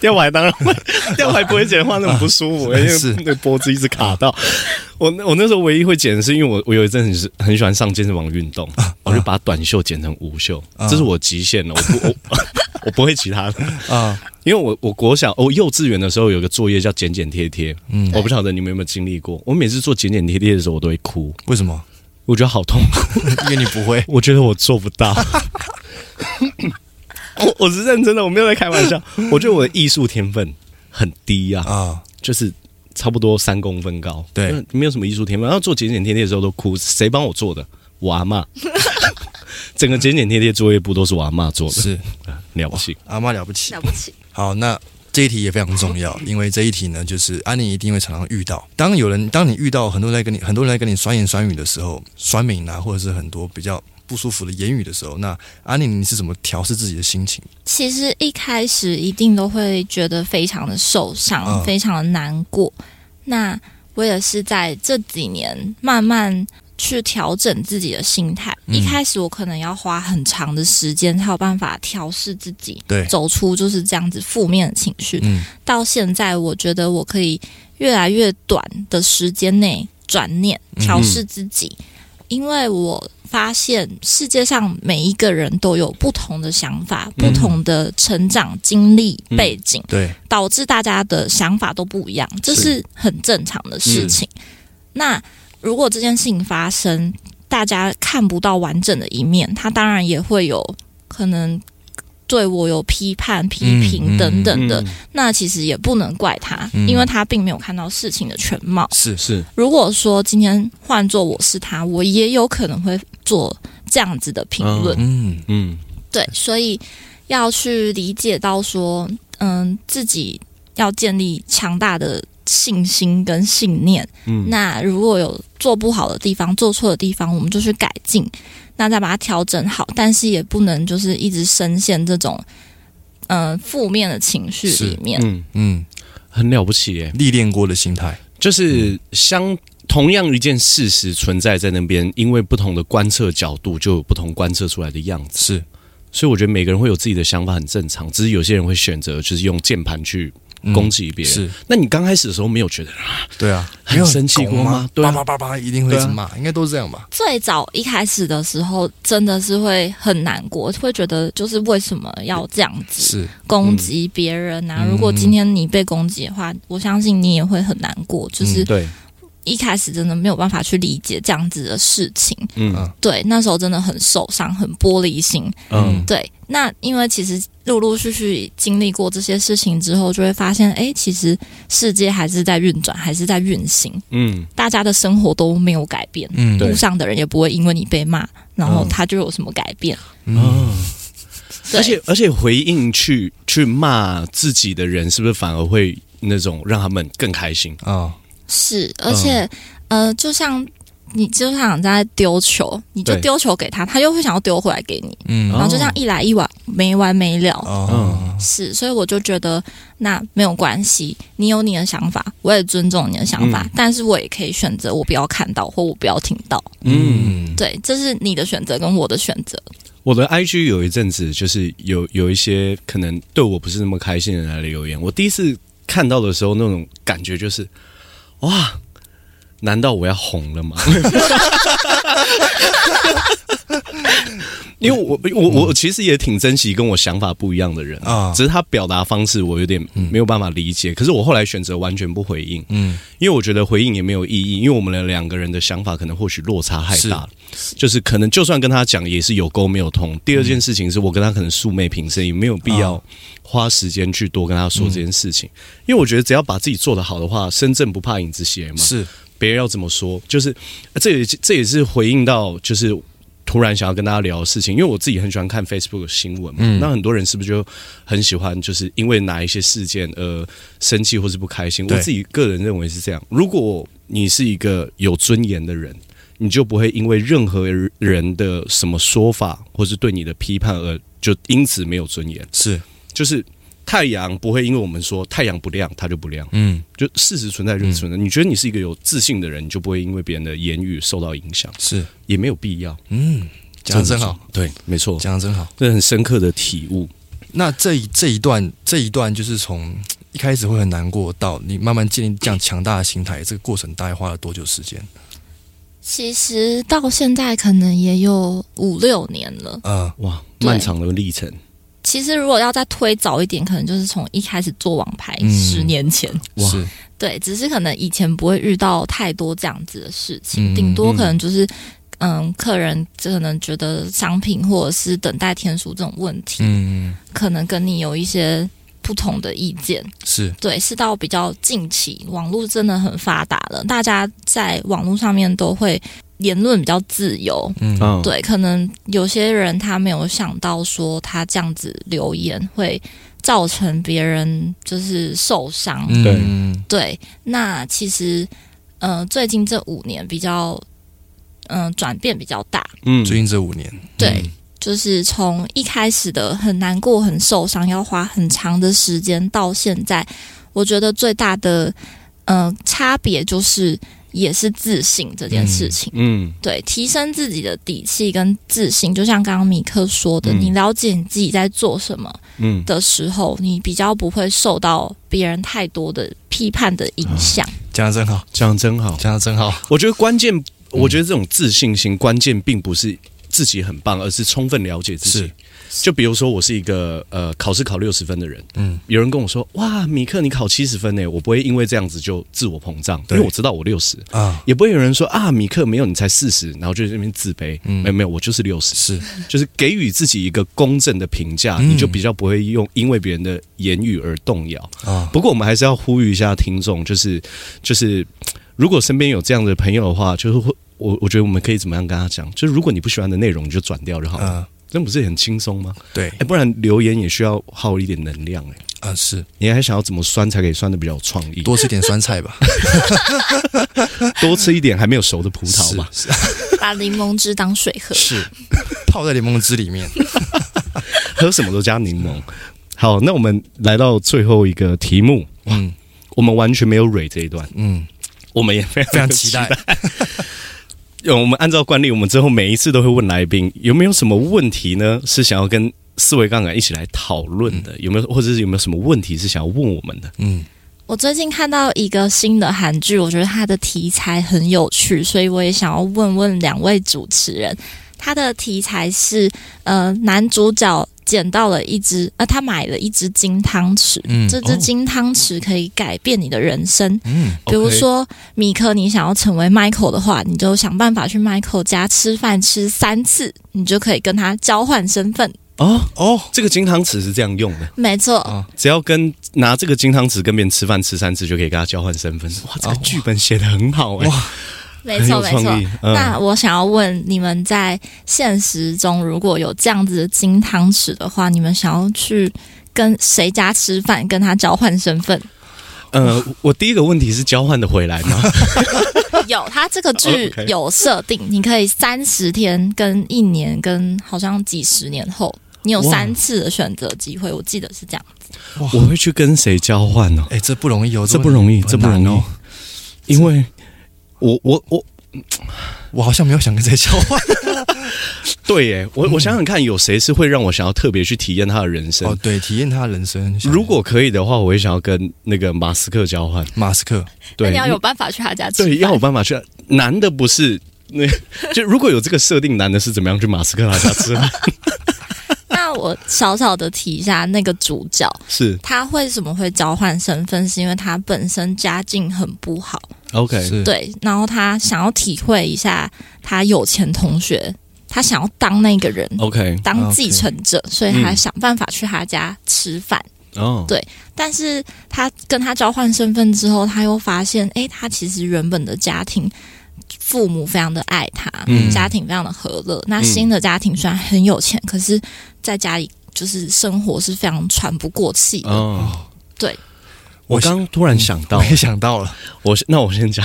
A: 吊牌当然会， 吊牌不会剪的话，那很不舒服，因为
B: 是
A: 那脖子一直卡到。我我那时候唯一会剪的是，因为我我有一阵子是很喜欢上健身房运动，我就把短袖剪成无袖，
B: 啊
A: 这是我极限了，我不我 我不会其他的。
B: 啊，
A: 因为我我国小我幼稚园的时候有个作业叫剪剪贴贴，
B: 嗯
A: 我不晓得你们有没有经历过。我每次做剪剪贴贴的时候，我都会哭，
B: 为什么？
A: 我觉得好痛苦，
B: 因为你不会，
A: 我觉得我做不到。 我我是认真的，我没有在开玩笑。我觉得我的艺术天分很低啊，
B: 啊，
A: 就是差不多三公分高，
B: 对
A: 那没有什么艺术天分。然后做剪剪贴贴的时候都哭，谁帮我做的？我阿妈， 整个剪剪贴贴作业簿都是我阿妈做的，
B: 是
A: 了不起。
B: 阿妈了不起。
C: 不起，
B: 好，那这一题也非常重 要，因为这一题呢，就是安妮一定会常常遇到。当有人，当你遇到很多人在跟你，很多人在跟你酸言酸语的时候，酸民啊，或者是很多比较不舒服的言语的时候，那阿宁你是怎么调试自己的心情？
C: 其实一开始一定都会觉得非常的受伤，
B: 嗯
C: 非常的难过。那我也是在这几年慢慢去调整自己的心态。
B: 嗯
C: 一开始我可能要花很长的时间才有办法调试自己，
B: 对，
C: 走出就是这样子负面的情绪。
B: 嗯，
C: 到现在，我觉得我可以越来越短的时间内转念
B: 嗯
C: 调试自己，因为我发现世界上每一个人都有不同的想法、
A: 嗯
C: 不同的成长经历、
A: 嗯
C: 背景，
B: 对，
C: 导致大家的想法都不一样，这是很正常的事情。那如果这件事情发生，大家看不到完整的一面，他当然也会有可能对我有批判、批
B: 嗯
C: 评
B: 嗯
C: 等等的。
A: 嗯
C: 那其实也不能怪他，
B: 嗯
C: 因为他并没有看到事情的全貌。
B: 是
A: 是
C: 如果说今天换做我是他，我也有可能会做这样子的评论。
B: 嗯，
A: 嗯
C: 对，所以要去理解到说，嗯，自己要建立强大的信心跟信念。
A: 嗯，
C: 那如果有做不好的地方、做错的地方，我们就去改进，那再把它调整好。但是也不能就是一直深陷这种嗯负面的情绪
B: 是
C: 里面。
A: 嗯
B: 嗯，
A: 很了不起耶，
B: 历练过的心态，
A: 就是相同样一件事实存在在那边，因为不同的观测角度就有不同观测出来的样子，
B: 是
A: 所以我觉得每个人会有自己的想法很正常，只是有些人会选择就是用键盘去
B: 嗯
A: 攻击别人。
B: 是，
A: 那你刚开始的时候没有觉得
B: 对啊，
A: 很
B: 没有
A: 生气
B: 拱
A: 过吗对啊
B: 叭叭叭叭，一定会一直骂，应该都是这样吧？
C: 最早一开始的时候，真的是会很难过，会觉得就是为什么要这样子
B: 是，
C: 攻击别人啊？
B: 嗯
C: 如果今天你被攻击的话，我相信你也会很难过。就是
B: 嗯
A: 对，
C: 一开始真的没有办法去理解这样子的事情，
A: 嗯
C: 对，那时候真的很受伤，很玻璃心。
A: 嗯
C: 对，那因为其实陆陆续续经历过这些事情之后，就会发现，哎，其实世界还是在运转，还是在运行，
A: 嗯
C: 大家的生活都没有改变。
B: 嗯，
A: 对
C: 路上的人也不会因为你被骂，然后他就有什么改变。
B: 嗯，
C: 对
A: 而且而且回应去去骂自己的人，是不是反而会那种让他们更开心？
B: 啊，
C: 是，而且、呃，就像你就像在丢球，你就
A: 对
C: 丢球给他，他又会想要丢回来给你，
B: 嗯，
A: 哦
C: 然后就这样一来一往，没完没了。
B: 哦，
C: 是，所以我就觉得那没有关系，你有你的想法，我也尊重你的想法，
A: 嗯
C: 但是我也可以选择我不要看到或我不要听到。
B: 嗯，
C: 对，这是你的选择跟我的选择。
A: 我的 IG 有一阵子就是有有一些可能对我不是那么开心的人来留言，我第一次看到的时候，那种感觉就是，哇，难道我要红了吗？ 因为我我我其实也挺珍惜跟我想法不一样的人
B: 啊
A: 只是他表达方式我有点没有办法理解。可是我后来选择完全不回应，
B: 嗯，
A: 因为我觉得回应也没有意义，因为我们的两个人的想法可能或许落差太大了，就是可能就算跟他讲也是有沟没有通。第二件事情是我跟他可能素昧平生，也没有必要
B: 啊嗯
A: 花时间去多跟他说这件事情，因为我觉得只要把自己做得好的话，身正不怕影子斜嘛，
B: 是，
A: 别人要怎么说，就是呃这也这也是回应到就是。突然想要跟大家聊的事情，因为我自己很喜欢看 Facebook 的新闻嘛，那很多人是不是就很喜欢，就是因为哪一些事件而生气或是不开心？我
B: 对
A: 自己个人认为是这样。如果你是一个有尊严的人，你就不会因为任何人的什么说法或是对你的批判而就因此没有尊严。
B: 是，
A: 就是太阳不会因为我们说太阳不亮，它就不亮。
B: 嗯，
A: 就事实存在就是存在。你觉得你是一个有自信的人，你就不会因为别人的言语受到影响，
B: 是，
A: 也没有必要。
B: 嗯，讲的真好，，
A: 对，没错，
B: 讲的真好。
A: 这很深刻的体悟。
B: 那这一这一段这一段就是从一开始会很难过，到你慢慢建立这样强大的心态，这个过程大概花了多久时间？
C: 其实到现在可能也有五六年了。
B: 嗯，
A: 哇，
C: 对
A: 漫长的历程，
C: 其实如果要再推早一点，可能就是从一开始做网拍
B: 嗯
C: 十年前，
A: 哇
B: 是，
C: 对，只是可能以前不会遇到太多这样子的事情，
B: 嗯
C: 顶多可能就是。嗯，客人可能觉得商品或者是等待天数这种问题，
B: 嗯，
C: 可能跟你有一些不同的意见。
B: 是，
C: 对，是到比较近期，网络真的很发达了，大家在网络上面都会言论比较自由，
B: 嗯，
A: 嗯，，
C: 对，可能有些人他没有想到说他这样子留言会造成别人就是受伤。
B: 嗯
A: 对
B: 嗯
C: 对，那其实呃，最近这五年比较嗯、转变比较大。
A: 嗯，
B: 最近这五年，
C: 对，就是从一开始的很难过、很受伤，要花很长的时间，到现在，我觉得最大的嗯、呃差别就是也是自信这件事情。
A: 嗯，
C: 对，提升自己的底气跟自信，就像刚刚米克说的，
A: 嗯
C: 你了解你自己在做什么
A: 嗯
C: 的时候，你比较不会受到别人太多的批判的影响。
B: 讲的真好，
A: 讲得真好。
B: 讲的真好，
A: 我觉得关键，我觉得这种自信心关键并不是自己很棒，而是充分了解自己
B: 是。
A: 就比如说，我是一个呃考试考六十分的人，
B: 嗯，
A: 有人跟我说：“哇，米克你考七十分呢！”我不会因为这样子就自我膨胀，因
B: 对
A: 为我知道我六十。
B: 啊，
A: 也不会有人说啊，米克没有你才四十，然后就在那边自卑。
B: 嗯
A: 没有没有，我就是六十，
B: 是
A: 就是给予自己一个公正的评价，
B: 嗯
A: 你就比较不会用因为别人的言语而动摇。
B: 啊，
A: 不过我们还是要呼吁一下听众，就是就是，如果身边有这样的朋友的话，就是会我我觉得我们可以怎么样跟他讲？就是如果你不喜欢的内容，你就转掉就好了，
B: 嗯，
A: 这不是很轻松吗？
B: 对
A: 哎，，不然留言也需要耗一点能量哎、
B: 啊是，
A: 你还想要怎么酸才可以酸的比较有创意？多
B: 多吃点酸 菜吧，
A: 多吃一点还没有熟的葡萄吧。
B: 是
C: 把柠檬汁当水喝，
B: 是，泡在柠檬汁里面，
A: 喝什么都加柠檬。好，那我们来到最后一个题目，
B: 嗯
A: 我们完全没有蕊这一段，
B: 嗯，
A: 我们也非常
B: 非常期
A: 期待
B: 待。
A: 有，我们按照惯例，我们之后每一次都会问来宾有没有什么问题呢？是想要跟四维杠杆一起来讨论的？有没有，或者是有没有什么问题是想要问我们的？
B: 嗯，
C: 我最近看到一个新的韩剧，我觉得它的题材很有趣，所以我也想要问问两位主持人，它的题材是呃，男主角捡到了一只，呃，他买了一只金汤匙，
B: 嗯
C: 这只金汤匙可以改变你的人生。
B: 嗯，
C: 比
A: 哦
C: 如
A: OK
C: 说，米克，你想要成为 Michael 的话，你就想办法去 Michael 家吃饭吃三次，你就可以跟他交换身份。
A: 哦，
B: 哦，
A: 这个金汤匙是这样用的，
C: 没错，
B: 啊
A: 只要跟拿这个金汤匙跟别人吃饭吃三次，就可以跟他交换身份。哦哇，这个剧本写的很好哎、
C: 没
A: 很
C: 错，
A: 有
C: 没错
A: 创。意。嗯
C: 那我想要问你们，在现实中如果有这样子的金汤匙的话，你们想要去跟谁家吃饭，跟他交换身份？
A: 呃，我第一个问题是交换的回来吗？
C: 有，他这个剧
A: 哦 OK
C: 有设定，你可以三十天、跟一年、跟好像几十年后，你有
A: 哇
C: 三次的选择机会，我记得是这样。
A: 我会去跟谁交换 呢、
B: 哎，这不容易哦，
A: 这不容易，
B: 很
A: 这不容
B: 难
A: 易
B: 哦，，
A: 因为我我我
B: 我好像没有想跟谁交 换。
A: 对耶，我我想想看，有谁是会让我想要特别去体验他的人生？
B: 哦，对，体验他的人生。
A: 如果可以的话，我会想要跟那个马斯克交换。
B: 马斯克，
C: 那
A: 对，
C: 你要有办法去他家吃饭。
A: 对，要有办法去。男的不是那， 就如果有这个设定，男的是怎么样去马斯克他家吃 饭？
C: 那我小小的提一下那个主角，
A: 是
C: 他为什么会交换身份，是因为他本身家境很不好。
A: OK，
B: 是，
C: 对，然后他想要体会一下他有钱同学，他想要当那个人。
A: OK，
C: 当继承者，所以他想办法去他家吃饭。
A: 哦，
C: 对但是他跟他交换身份之后，他又发现，诶，他其实原本的家庭父母非常的爱他，
A: 嗯
C: 家庭非常的和乐。那
A: 嗯
C: 新的家庭虽然很有钱，可是在家里就是生活是非常喘不过气的。
A: 哦，
C: 对，
A: 我刚突然想到
B: 我，也想到了，
A: 我那我先讲，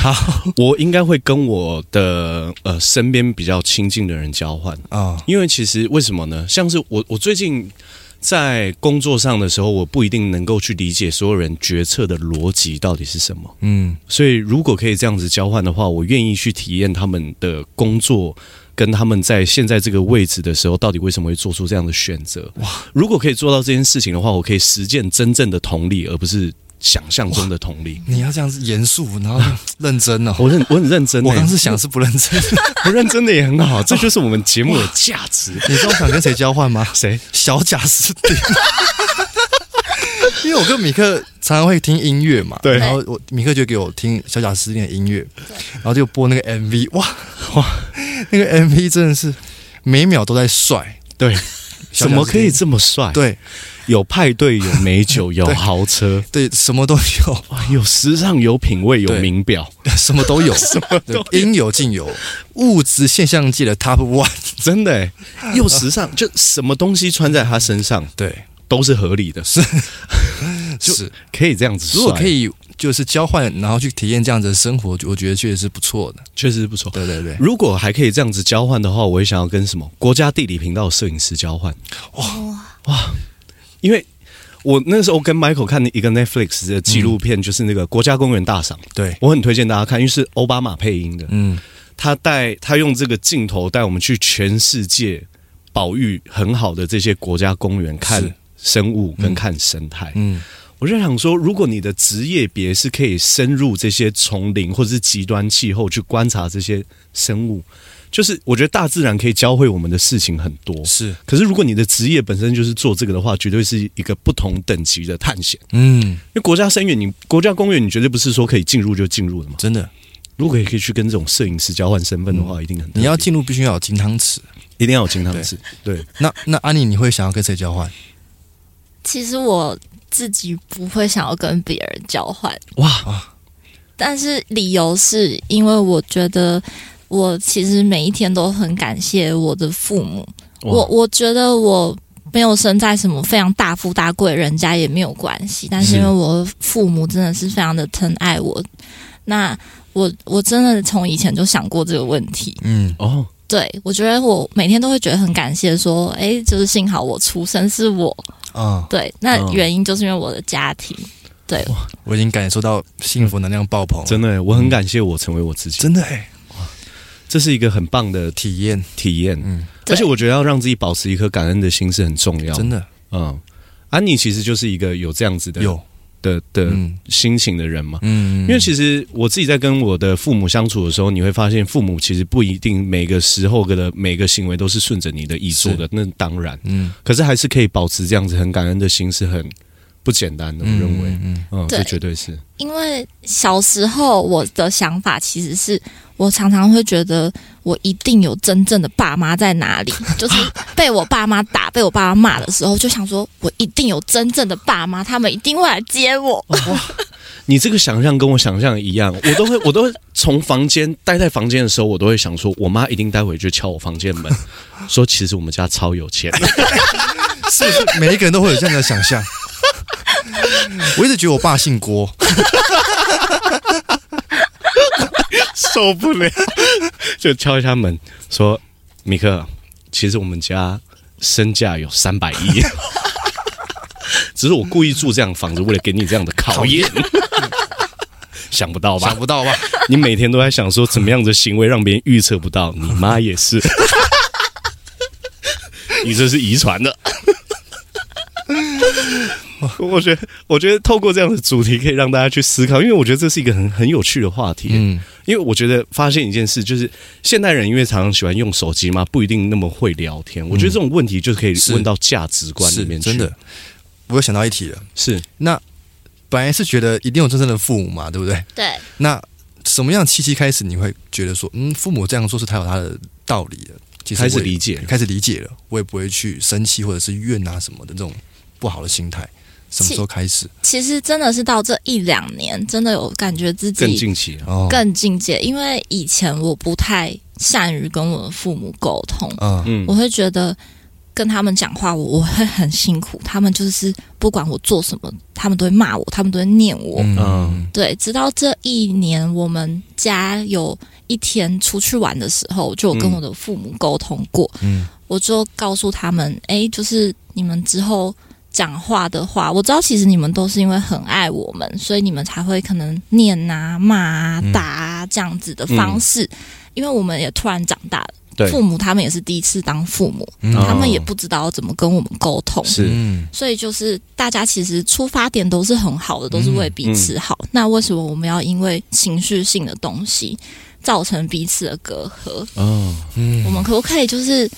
A: 我应该会跟我的呃身边比较亲近的人交换。
B: 啊，
A: 因为其实为什么呢？像是我，我最近在工作上的时候，我不一定能够去理解所有人决策的逻辑到底是什么。
B: 嗯，
A: 所以，如果可以这样子交换的话，我愿意去体验他们的工作，跟他们在现在这个位置的时候，到底为什么会做出这样的选择。哇！如果可以做到这件事情的话，我可以实践真正的同理，而不是想象中的同理。
B: 你要这样子严肃，然后 认真哦。
A: 我很我很认真、欸，
B: 我刚是想是不认真，
A: 不认真的也很好，这就是我们节目的价值。
B: 你知道我想 跟谁交换吗？
A: 谁？
B: 小贾斯汀， 因为我跟米克常常会听音乐嘛，
A: 对
B: 然后我米克就给我听小贾斯汀的音乐，然后就播那个 MV，哇哇，那个 MV 真的是每秒都在帅，
A: 对，
B: 小贾斯汀
A: 怎么可以这么帅？
B: 对
A: 有派对，有美 酒，有豪车，
B: 对，什么都有，
A: 哇，有时尚，有品味，有
B: 对
A: 名表，
B: 什么都有， 什么都应有尽有，物质现象界的 Top One，
A: 真的欸， 又时尚，就什么东西穿在他身上
B: 对，
A: 都是合理的，
B: 就是
A: 可以这样子帅。
B: 如果可以就是交换，然后去体验这样子的生活，我觉得确实是不错的。
A: 确实不错。
B: 对对对，
A: 如果还可以这样子交换的话，我也想要跟什么国家地理频道的摄影师交换。
C: 哇，
A: 因为我那时候跟 Michael 看一个 Netflix 的纪录片，就是那个《国家公园大赏》，
B: 对，
A: 我很推荐大家看，因为是奥巴马配音的，
B: 嗯，
A: 他带他用这个镜头带我们去全世界保育很好的这些国家公园看
B: 是
A: 生物跟看生态。
B: 嗯，
A: 我就想说，如果你的职业别是可以深入这些丛林或者是极端气候去观察这些生物，就是我觉得大自然可以教会我们的事情很多。
B: 是，
A: 可是如果你的职业本身就是做这个的话，绝对是一个不同等级的探险。
B: 嗯，
A: 因为国家深远，你国家公园，你绝对不是说可以进入就进入的嘛。
B: 真的，
A: 如果也可以去跟这种摄影师交换身份的话，一定很特别
B: 嗯你要进入必须要有金汤匙。
A: 一定要有金汤匙。对，
B: 那那安妮，你会想要跟谁交换？
C: 其实我自己不会想要跟别人交换，
A: 哇，
C: 但是理由是因为我觉得我其实每一天都很感谢我的父母，我
A: 哦
C: 我觉得我没有生在什么非常大富大贵人家也没有关系，但是因为我父母真的是非常的疼爱我，那我我真的从以前就想过这个问题，
B: 嗯，
A: 哦，
C: 对我觉得我每天都会觉得很感谢说，诶，就是幸好我出生是我，
B: 啊，
C: 对，那
A: 嗯
C: 原因就是因为我的家庭，对，
B: 我已经感受到幸福能量爆棚了，
A: 真的，我很感谢我成为我自己，
B: 嗯真的哎，
A: 这是一个很棒的
B: 体验，
A: 体验。
B: 嗯，
A: 而
C: 对
A: 且我觉得要让自己保持一颗感恩的心是很重要。
B: 真，的
A: 嗯，安妮其实就是一个有这样子的
B: 有，
A: 的的
B: 嗯
A: 心情的人嘛。
B: 嗯，
A: 因为其实我自己在跟我的父母相处的时候，你会发现父母其实不一定每个时候的每个行为都是顺着你的意做的，那当然，
B: 嗯，
A: 可是还是可以保持这样子很感恩的心，是很不简单的。我
B: 嗯
A: 认为，
B: 嗯，
A: 嗯，
C: 对
A: 这绝对是
C: 因为小时候我的想法其实是我常常会觉得我一定有真正的爸妈在哪里，就是被我爸妈打、被我爸妈骂的时候，就想说我一定有真正的爸妈，他们一定会来接我。
A: 你这个想象跟我想象一样，我都会，我都会从房间待在房间的时候，我都会想说，我妈一定待会就敲我房间 门，说其实我们家超有钱。
B: 是不是每一个人都会有这样的想 象？我一直觉得我爸姓郭，
A: 受不了， 就敲一下门说：“米克，其实我们家身价有三百 亿，只是我故意住这样房子，为了给你这样的考验。 想不到吧
B: 想？不到吧？
A: 你每天都在想说怎么样的行为让别人预测不到，你妈也是， 你这是遗传的。” 我觉得，我觉得透过这样的主题，可以让大家去思考，因为我觉得这是一个很很有趣的话题。
B: 嗯，
A: 因为我觉得发现一件事，就是现代人因为常常喜欢用手机嘛，不一定那么会聊天。我觉得这种问题就是可以
B: 是
A: 问到价值观里
B: 嗯是
A: 面去，
B: 真的。我又想到一题了，
A: 是
B: 那本来是觉得一定有真正的父母嘛，对不对？
C: 对，
B: 那什么样的契机开始你会觉得说，嗯，父母这样做是他有他的道理的？其实
A: 开
B: 我也
A: 始理解。
B: 开始理解了，我也不会去生气或者是怨啊什么的这种不好的心态。什么时候开始？
C: 其实真的是到这一两年，真的有感觉自
A: 更
C: 己
A: 近期啊，
B: 哦，
C: 更境界，因为以前我不太善于跟我的父母沟通。
B: 嗯
A: 嗯
C: 我，会觉得跟他们讲话，我我会很辛苦。他们就是不管我做什么，他们都会骂我，他们都会念我。
B: 嗯
A: 嗯
C: 对，直到这一年，我们家有一天出去玩的时候，就有跟
A: 嗯
C: 我的父母沟通过，
B: 嗯
C: 我就告诉他们，哎，就是你们之后。讲话的话，我知道其实你们都是因为很爱我们，所以你们才会可能念啊、骂啊、打啊这样子的方式，因为我们也突然长大了，
A: 对，
C: 父母他们也是第一次当父母，
B: 嗯
A: 哦
C: 他们也不知道怎么跟我们沟通，
A: 是
B: 嗯
C: 所以就是大家其实出发点都是很好的，都是为彼此好。那为什么我们要因为情绪性的东西造成彼此的隔阂？
A: 哦，
B: 嗯
C: 我们可不可以就是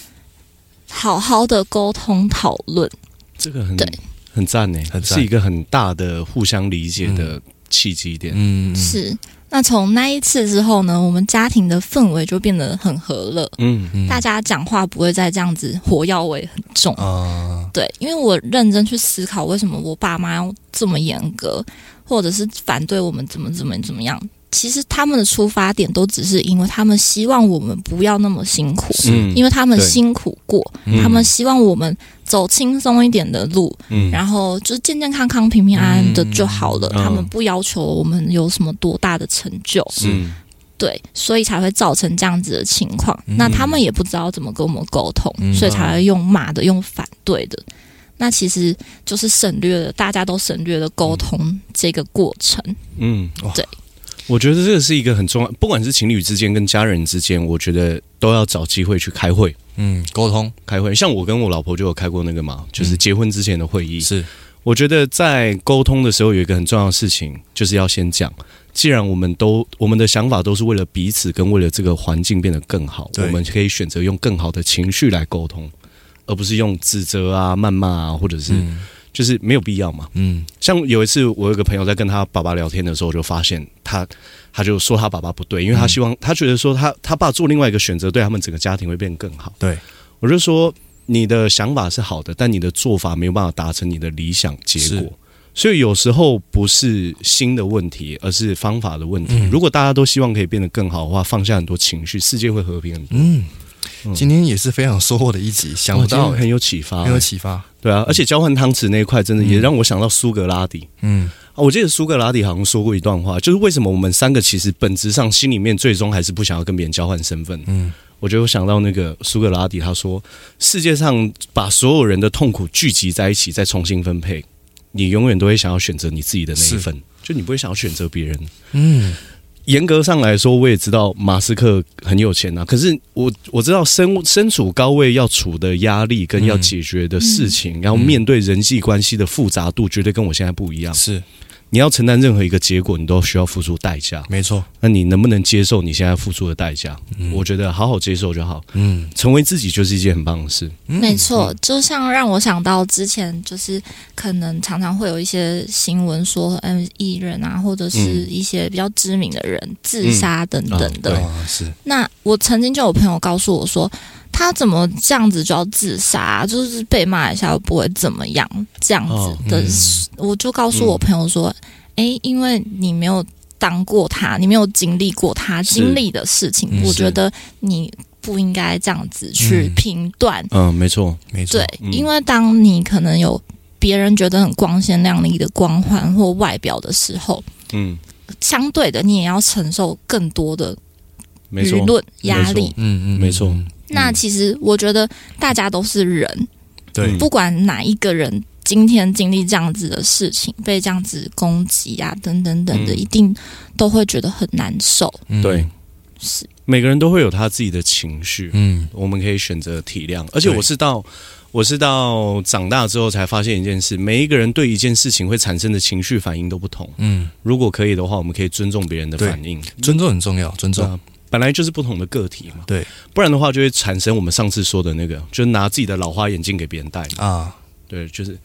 C: 好好的沟通讨论？
A: 这个很
C: 对
A: 很赞嗯呢，
B: 很赞
A: 是一个很大的互相理解的契机点。
B: 嗯，
C: 是。那从那一次之后呢，我们家庭的氛围就变得很和乐，
A: 嗯，
B: 嗯
C: 大家讲话不会再这样子火药味很重。
B: 啊，
C: 对，因为我认真去思考为什么我爸妈要这么严格，或者是反对我们怎么怎么怎么样。其实他们的出发点都只是因为他们希望我们不要那么辛苦，
A: 嗯
C: 因为他们
A: 对
C: 辛苦过，
A: 嗯
C: 他们希望我们走轻松一点的路，
A: 嗯
C: 然后就健健康康、平平安安的就好了。
A: 嗯
C: 他们不要求我们有什么多大的成就，
A: 嗯
C: 对，所以才会造成这样子的情况。那他们也不知道怎么跟我们沟通，
B: 嗯
C: 所以才会用骂的、用反对的。
A: 嗯
C: 那其实就是省略了，大家都省略了沟通这个过程。
A: 嗯
B: 哇，
C: 对。
A: 我觉得这个是一个很重要，不管是情侣之间跟家人之间，我觉得都要找机会去开会。
B: 嗯，沟通
A: 开会，像我跟我老婆就有开过那个嘛，就是结婚之前的会议。
B: 是
A: 我觉得在沟通的时候有一个很重要的事情，就是要先讲。既然我们都我们的想法都是为了彼此跟为了这个环境变得更好，我
B: 对
A: 们可以选择用更好的情绪来沟通，而不是用指责啊、谩骂啊，或者是、
B: 嗯
A: 就是没有必要嘛。
B: 嗯
A: 像有一次，我有个朋友在跟他爸爸聊天的时候，我就发现他，他就说他爸爸不对，因为他希望、他觉得说他他爸做另外一个选择，对他们整个家庭会变更好。
B: 对，
A: 我就说你的想法是好的，但你的做法没有办法达成你的理想结
B: 是
A: 果。所以有时候不是心的问题，而是方法的问题。
B: 嗯
A: 如果大家都希望可以变得更好的话，放下很多情绪，世界会和平很多。
B: 嗯，今天也是非常有收获的一集，想不
A: 我觉得
B: 到、
A: 哦很
B: 欸，
A: 有启发、
B: 很有启嗯发。
A: 对啊，而且交换汤匙那一块，真的也让我想到苏格拉底。
B: 嗯，
A: 啊，我记得苏格拉底好像说过一段话，就是为什么我们三个其实本质上心里面最终还是不想要跟别人交换身份。嗯，我觉得我想到那个苏格拉底，他说世界上把所有人的痛苦聚集在一起，再重新分配，你永远都会想要选择你自己的那一
B: 是
A: 份，就你不会想要选择别人。
B: 嗯，
A: 严格上来说，我也知道马斯克很有钱啊，可是我我知道身身处高位要处的压力跟要解决的事情，然后面对人际关系的复杂度，绝对跟我现在不一样。
B: 是
A: 你要承担任何一个结果，你都需要付出代价。
B: 没错。
A: 那你能不能接受你现在付出的代价？我觉得好好接受就好。
B: 嗯，
A: 成为自己就是一件很棒的事。
C: 没
A: 嗯
C: 错，就像让我想到之前，就是可能常常会有一些新闻说，嗯，艺人啊，或者是
A: 嗯
C: 一些比较知名的人自杀等等的。
A: 对
B: 啊，是
C: 那我曾经就有朋友告诉我说，他怎么这样子就要自杀、啊就是被骂一下又不会怎么样这样
A: 哦嗯
C: 子的。我就告诉我朋友说，诶，因为你没有当过他，你没有经历过他
A: 是
C: 经历的事情，
B: 嗯
C: 我
B: 是
C: 觉得你不应该这样子去
B: 嗯
C: 评断。
A: 嗯，没错。
B: 没错。
C: 对，
A: 嗯
C: 因为当你可能有别人觉得很光鲜亮丽的光环或外表的时候，
A: 嗯，
C: 相对的你也要承受更多的
A: 没
C: 舆
A: 错。
C: 论压力。
B: 嗯嗯，
A: 没错
B: 嗯
C: 那其实我觉得大家都是人，
B: 对
A: 嗯，
C: 不管哪一个人今天经历这样子的事情，被这样子攻击啊，等等等的，
A: 嗯
C: 一定都会觉得很难受。
B: 嗯
A: 对，
C: 是，
A: 每个人都会有他自己的情绪，
B: 嗯
A: 我们可以选择体谅。而且
B: 对
A: 我是到我是到长大之后才发现一件事：每一个人对一件事情会产生的情绪反应都不同。
B: 嗯，
A: 如果可以的话，我们可以尊重别人的
B: 对
A: 反应。
B: 尊重很重要，尊重。
A: 啊，本来就是不同的个体嘛。
B: 对，
A: 不然的话就会产生我们上次说的那个，就是拿自己的老花眼镜给别人戴。
B: 啊，
A: 对，就是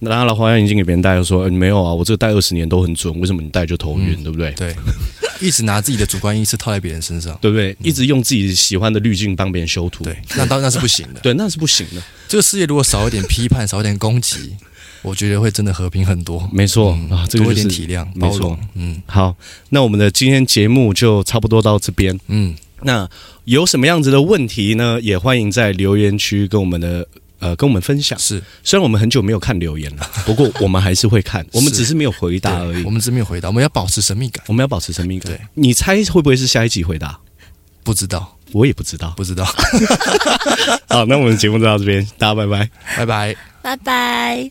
A: 拿老花眼镜给别人戴，就说、呃没有啊，我这戴二十年都很准，为什么你戴就头
B: 嗯
A: 晕，对不对？
B: 对，一直拿自己的主观意识套在别人身上，
A: 对不对？一直用自己喜欢的滤镜帮别人修图，
B: 嗯 对，那当然那是不行 的。
A: 对，那是不行的。
B: 这个世界如果少一点批判，少一点攻击， 我觉得会真的和平很多。嗯
A: 没错、啊，这个
B: 多
A: 就
B: 一
A: 是
B: 点体谅、
A: 没
B: 包
A: 错
B: 容。嗯
A: 好，那我们的今天节目就差不多到这边。
B: 嗯，
A: 那有什么样子的问题呢？也欢迎在留言区跟我们的呃跟我们分享。
B: 是
A: 虽然我们很久没有看留言了，不过我们还是会看，我们只是没有回答而
B: 对
A: 已
B: 我。们这边有回答，我们要保持神秘感。
A: 我们要保持神秘感
B: 对。
A: 你猜会不会是下一集回答？
B: 不知道，
A: 我也不知道。
B: 不知道。
A: 好，那我们节目就到这边，大家拜拜。
B: 拜拜。
C: 拜拜。